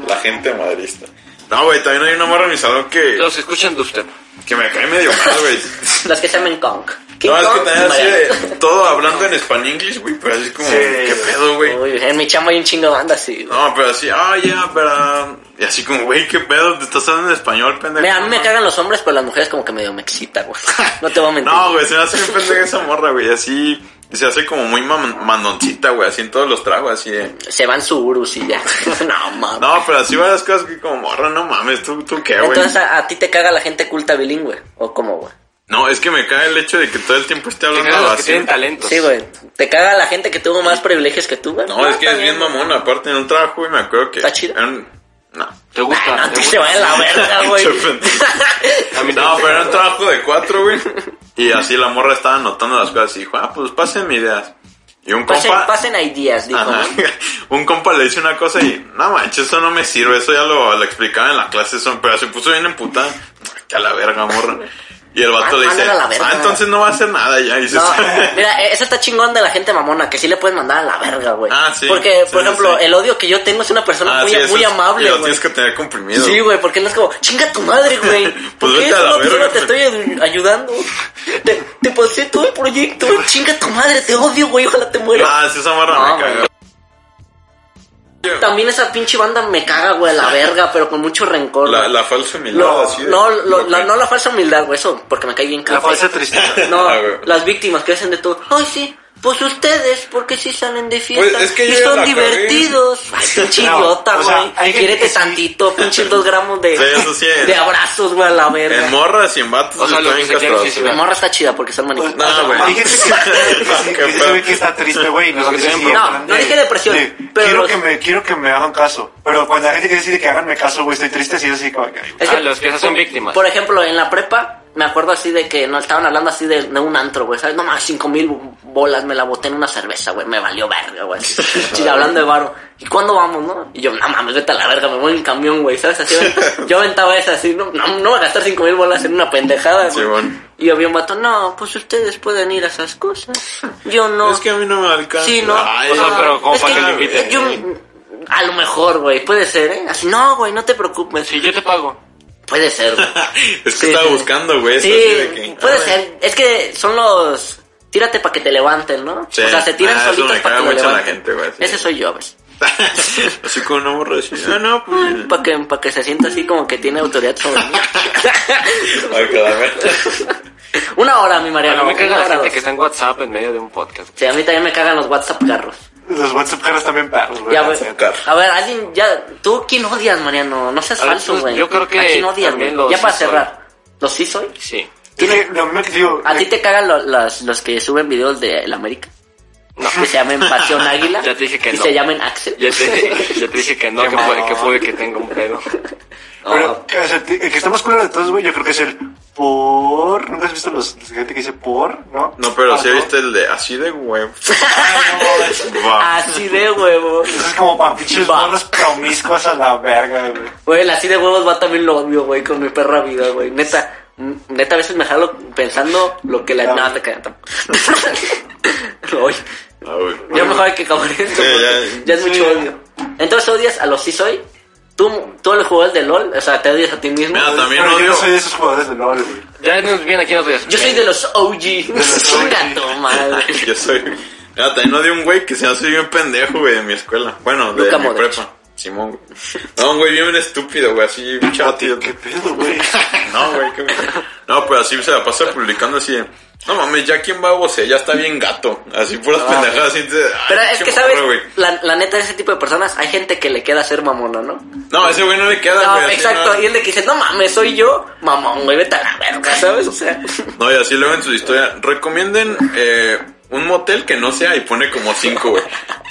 La gente madrista. No, güey, también hay una morra en mi salón que, Los que escuchan dubstep. que me cae medio mal, güey. los que se llaman Kong. King No, es que Kong, también así Mariano. de todo hablando en español inglés, güey, pero así como, Sí. ¿qué pedo, güey? Uy, en mi chamo hay un chingo de banda así. güey. No, pero así, ah, ya, pero... Y así como, güey, ¿qué pedo? Te estás hablando en español, pendejo. Mira, a mí me No, cagan los hombres, pero las mujeres como que medio me excita, güey. No te voy a mentir. No, güey, se me hace bien pendeja esa morra, güey. Así, y se hace como muy mam- mandoncita, güey, así en todos los tragos, así de... Se van Suburus y ya. no, mames. No, pero así varias cosas que como, morra, no mames, ¿tú, tú qué, güey? Entonces, ¿a, a ti te caga la gente culta bilingüe? ¿O cómo, güey? No, es que me cae el hecho de que todo el tiempo esté Te hablando cagan los que así. tienen talentos. Sí, güey. ¿Te caga la gente que tuvo más privilegios que tú, güey? Pues, No, es que está es bien mamón, aparte en un trabajo, güey, me acuerdo que... ¿Está chido? era un- No. ¿Te gusta? Ah, no, ¿Te te gusta? se va de la verga, güey. Qué pendejo. A mí No, también. pero era un trabajo de cuatro, güey. Y así la morra estaba anotando las cosas y dijo, ah, pues pasen ideas. Y un pasen, compa... pasen ideas, dijo. Ajá. güey. Un compa le dice una cosa y, no manches, eso no me sirve, eso ya lo, lo explicaba en la clase, eso, pero se puso bien emputada. Que a la verga, morra. Y el vato Ah, le dice, mándala a la verga. ah, entonces no va a hacer nada ya. Y dices, No, mira, eh, eso está chingón de la gente mamona, que sí le puedes mandar a la verga, güey. Ah, sí, Porque, sí, por ejemplo, sí. el odio que yo tengo es una persona Ah, muy, sí, eso muy es- y amable, lo güey. tienes que tener comprimido. Sí, güey, porque no es como, chinga tu madre, güey. ¿Por Pues vete qué a la solo tú verga, no te estoy güey. ay- ayudando? Te, te pasé todo el proyecto, chinga tu madre, te odio, güey, ojalá te mueras. Ah, sí, esa morra No, me caga. güey. También esa pinche banda me caga, güey, la verga, pero con mucho rencor. La, güey. la falsa humildad, Lo- así de- no, lo- la- que- no la falsa humildad, güey, eso, porque me cae bien La cabrón. falsa tristeza. No, Ah, güey. las víctimas que hacen de todo. Ay, sí, pues ustedes, porque sí salen de fiesta. Pues, es que y yo ya son la cagué. divertidos. Ay, pinche No, idiota, o güey. sea, hay gente Quiérete que sí. tantito, pinches dos gramos de, Sí, eso sí es. de abrazos, güey, a la verga. En morras y en vatos O sea, está lo bien que se quiere castroso. sí se La ve. morra está chida porque son maniquíes. Pues, No, güey. Hay gente que, que- que- que se ve que está triste, güey. y nos dice así, No, en plan no de- dije depresión, de, pero quiero, los- que me, quiero que me hagan caso. Pero cuando la gente quiere decir que háganme caso, güey, estoy triste, así es así como que... ay, güey. Es Ah, los que se hacen víctimas. Por ejemplo, en la prepa, me acuerdo así de que nos estaban hablando así de, de un antro, güey, ¿sabes? No más, cinco mil bo- bolas me la boté en una cerveza, güey, me valió verga, güey. así, así, hablando de varo. ¿Y cuándo vamos, no? Y yo, no mames, vete a la verga, me voy en el camión, güey, ¿sabes? Así, güey, yo aventaba esa así, no, no, no voy a gastar cinco mil bolas en una pendejada, Sí, güey. bueno. Y había un vato, no, pues ustedes pueden ir a esas cosas. Yo no. Es que a mí no me alcanza. Sí, no. Ay, O sea, Ah, pero como es para que lo inviten. yo- a lo mejor, güey, puede ser, ¿eh? Así, no, güey, no te preocupes. Sí, yo te pago. Puede ser, güey. es que Sí, estaba sí. buscando, güey. eso Sí, así de que- puede Ah, ser. Es que son los. Tírate para que te levanten, ¿no? Sí. O sea, se tiran Ah, eso solitos me para que caga lo mucho la levanten. gente, güey, sí. Ese soy yo, ¿ves? Así como no morro así, No, no, pues. Para que, pa' que se sienta así como que tiene autoridad sobre mí. Ay, cadáver. Una hora, mi Pero Mariano. me caga una la hora, gente dos. que está en WhatsApp en medio de un podcast. Sí, a mí también me cagan los WhatsApp carros. Los WhatsApp caras también perros, güey. Ya, la güey. neta. carro. A ver, alguien, ya. ¿Tú quién odias, Mariano? No seas A ver, falso, pues, güey. yo creo que ¿A quién odias, también güey? los Ya para sí soy. cerrar. ¿Los sí soy? Sí. Es que, no, me- digo, eh, ¿A ti te cagan lo- las- los que suben videos de el América? Que se llamen Pasión Águila. Ya te dije que y no. se llamen Axel. Ya te, ya te dije que no, que puede, que puede que tenga un pedo. No, Pero, o sea, el que está más culero de todos, güey, yo creo que es el por. ¿Nunca has visto los, la gente que dice por? ¿No? No, pero Ah, sí viste el de así de huevo. Ah, Va. Ah, Así de huevo. Es como para pinches Va. morras promiscuas a la verga, güey. Güey, el así de huevos va también lo odio, güey, con mi perra vida, güey. Neta, mm, neta, a veces me jalo pensando lo que la. Ah. No, te cagas. Oye, Ah, güey. ya mejor hay que acabar esto. Sí, porque ya- ya es sí, mucho ya. odio. Entonces odias a los sí soy. Tú, tú el jugador de LOL, o sea, te odias a ti mismo. Mira, Ah, También pero yo odio- no soy de esos jugadores de LOL, güey. Ya nos viene aquí nosotros. Yo soy de los los OG. OG. Chinga tu madre. Yo soy. Mira, también odio un güey que se hace bien pendejo, güey, de mi escuela. Bueno, de Luka mi Modric. prepa. Simón, güey. No, un güey bien estúpido, güey, así chato. ¿Qué pedo, güey? No, güey, qué No, pues así se la pasa publicando así de, No mames, ya quién va a vocear, ya está bien gato. Así puras pendejadas. Así de, "Ay, Ah. Pero es pinche que, ¿sabes? morro, güey". La, la neta de ese tipo de personas, hay gente que le queda ser mamona, ¿no? No, a ese güey no le queda, No, güey. así exacto. no- Y el de que dice, no mames, soy yo, mamón, güey, vete a la verga, ¿sabes? O sea, No, y así luego en su historia, recomienden eh, un motel que no sea y pone como cinco, güey.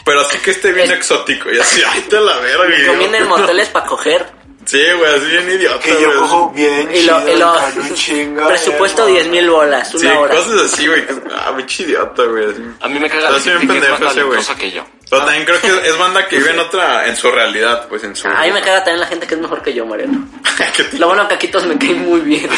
Pero así que esté bien El- exótico. Y así, ay, te la verga, güey. convienen moteles para coger. Sí, güey, así bien idiota, Que yo güey. cojo bien Y lo, chido, y lo- con un chingo, presupuesto hermano. 10 mil bolas, Sí, una hora. cosas así, güey. que es- Ah, pinche idiota, güey. así. A mí me caga la Estás bien gente que es más pendejo ese, güey. talentosa que yo. Ah. Pero también creo que es banda que vive en otra, en su realidad, pues en su... Ah, A mí me caga también la gente que es mejor que yo, Mariano. Que te- Lo bueno que a Quitos me cae muy bien.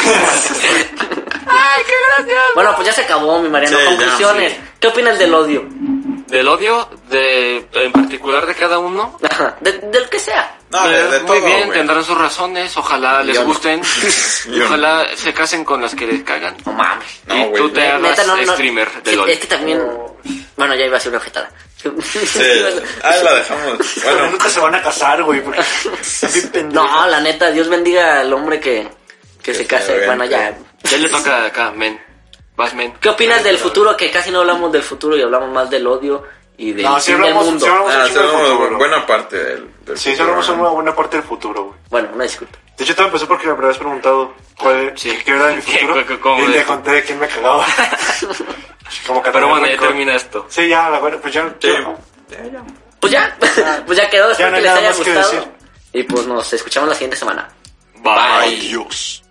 ¡Ay, qué gracioso! Bueno, pues ya se acabó, mi Mariano. Sí, ya, Conclusiones. sí. ¿Qué opinas del odio? Del odio, de, en particular de cada uno. Ajá, de- del que sea. No, de, de muy todo, bien, güey. tendrán sus razones, ojalá les Yo no. gusten, Yo ojalá se casen con las que les cagan. No mames. No, y güey. tú te Neta, hagas Neta, no, no. streamer de Sí, LOL. Es que también. Bueno, ya iba a ser una objetada. Sí, ahí la dejamos. Pero Bueno, ah, nunca se van a casar, güey, porque están bien pendejos. No, la neta, Dios bendiga al hombre que, que se se case. vea, Bueno, ya. Ya le toca acá, men. Vas, men. ¿Qué opinas del futuro? Que casi no hablamos del futuro y hablamos más del odio y del No, fin sí del hablamos, mundo. sí hablamos nada, un chingo del tenemos futuro. buena parte del... del Sí, sí futuro, hablamos ¿no? una buena parte del futuro, güey. Bueno, una disculpa. De hecho, todo empezó porque me habías preguntado cuál, Sí. qué era mi ¿Qué- futuro. cu- cu- cómo y es? le conté de quién me cagaba. Como que Pero bueno, también ya con- termina esto. Sí, ya, la buena, pues ya. Sí. ya- Pues ya, pues ya quedó. Espero no que hay les nada haya más que gustado. decir. Y pues nos escuchamos la siguiente semana. Bye. Adiós.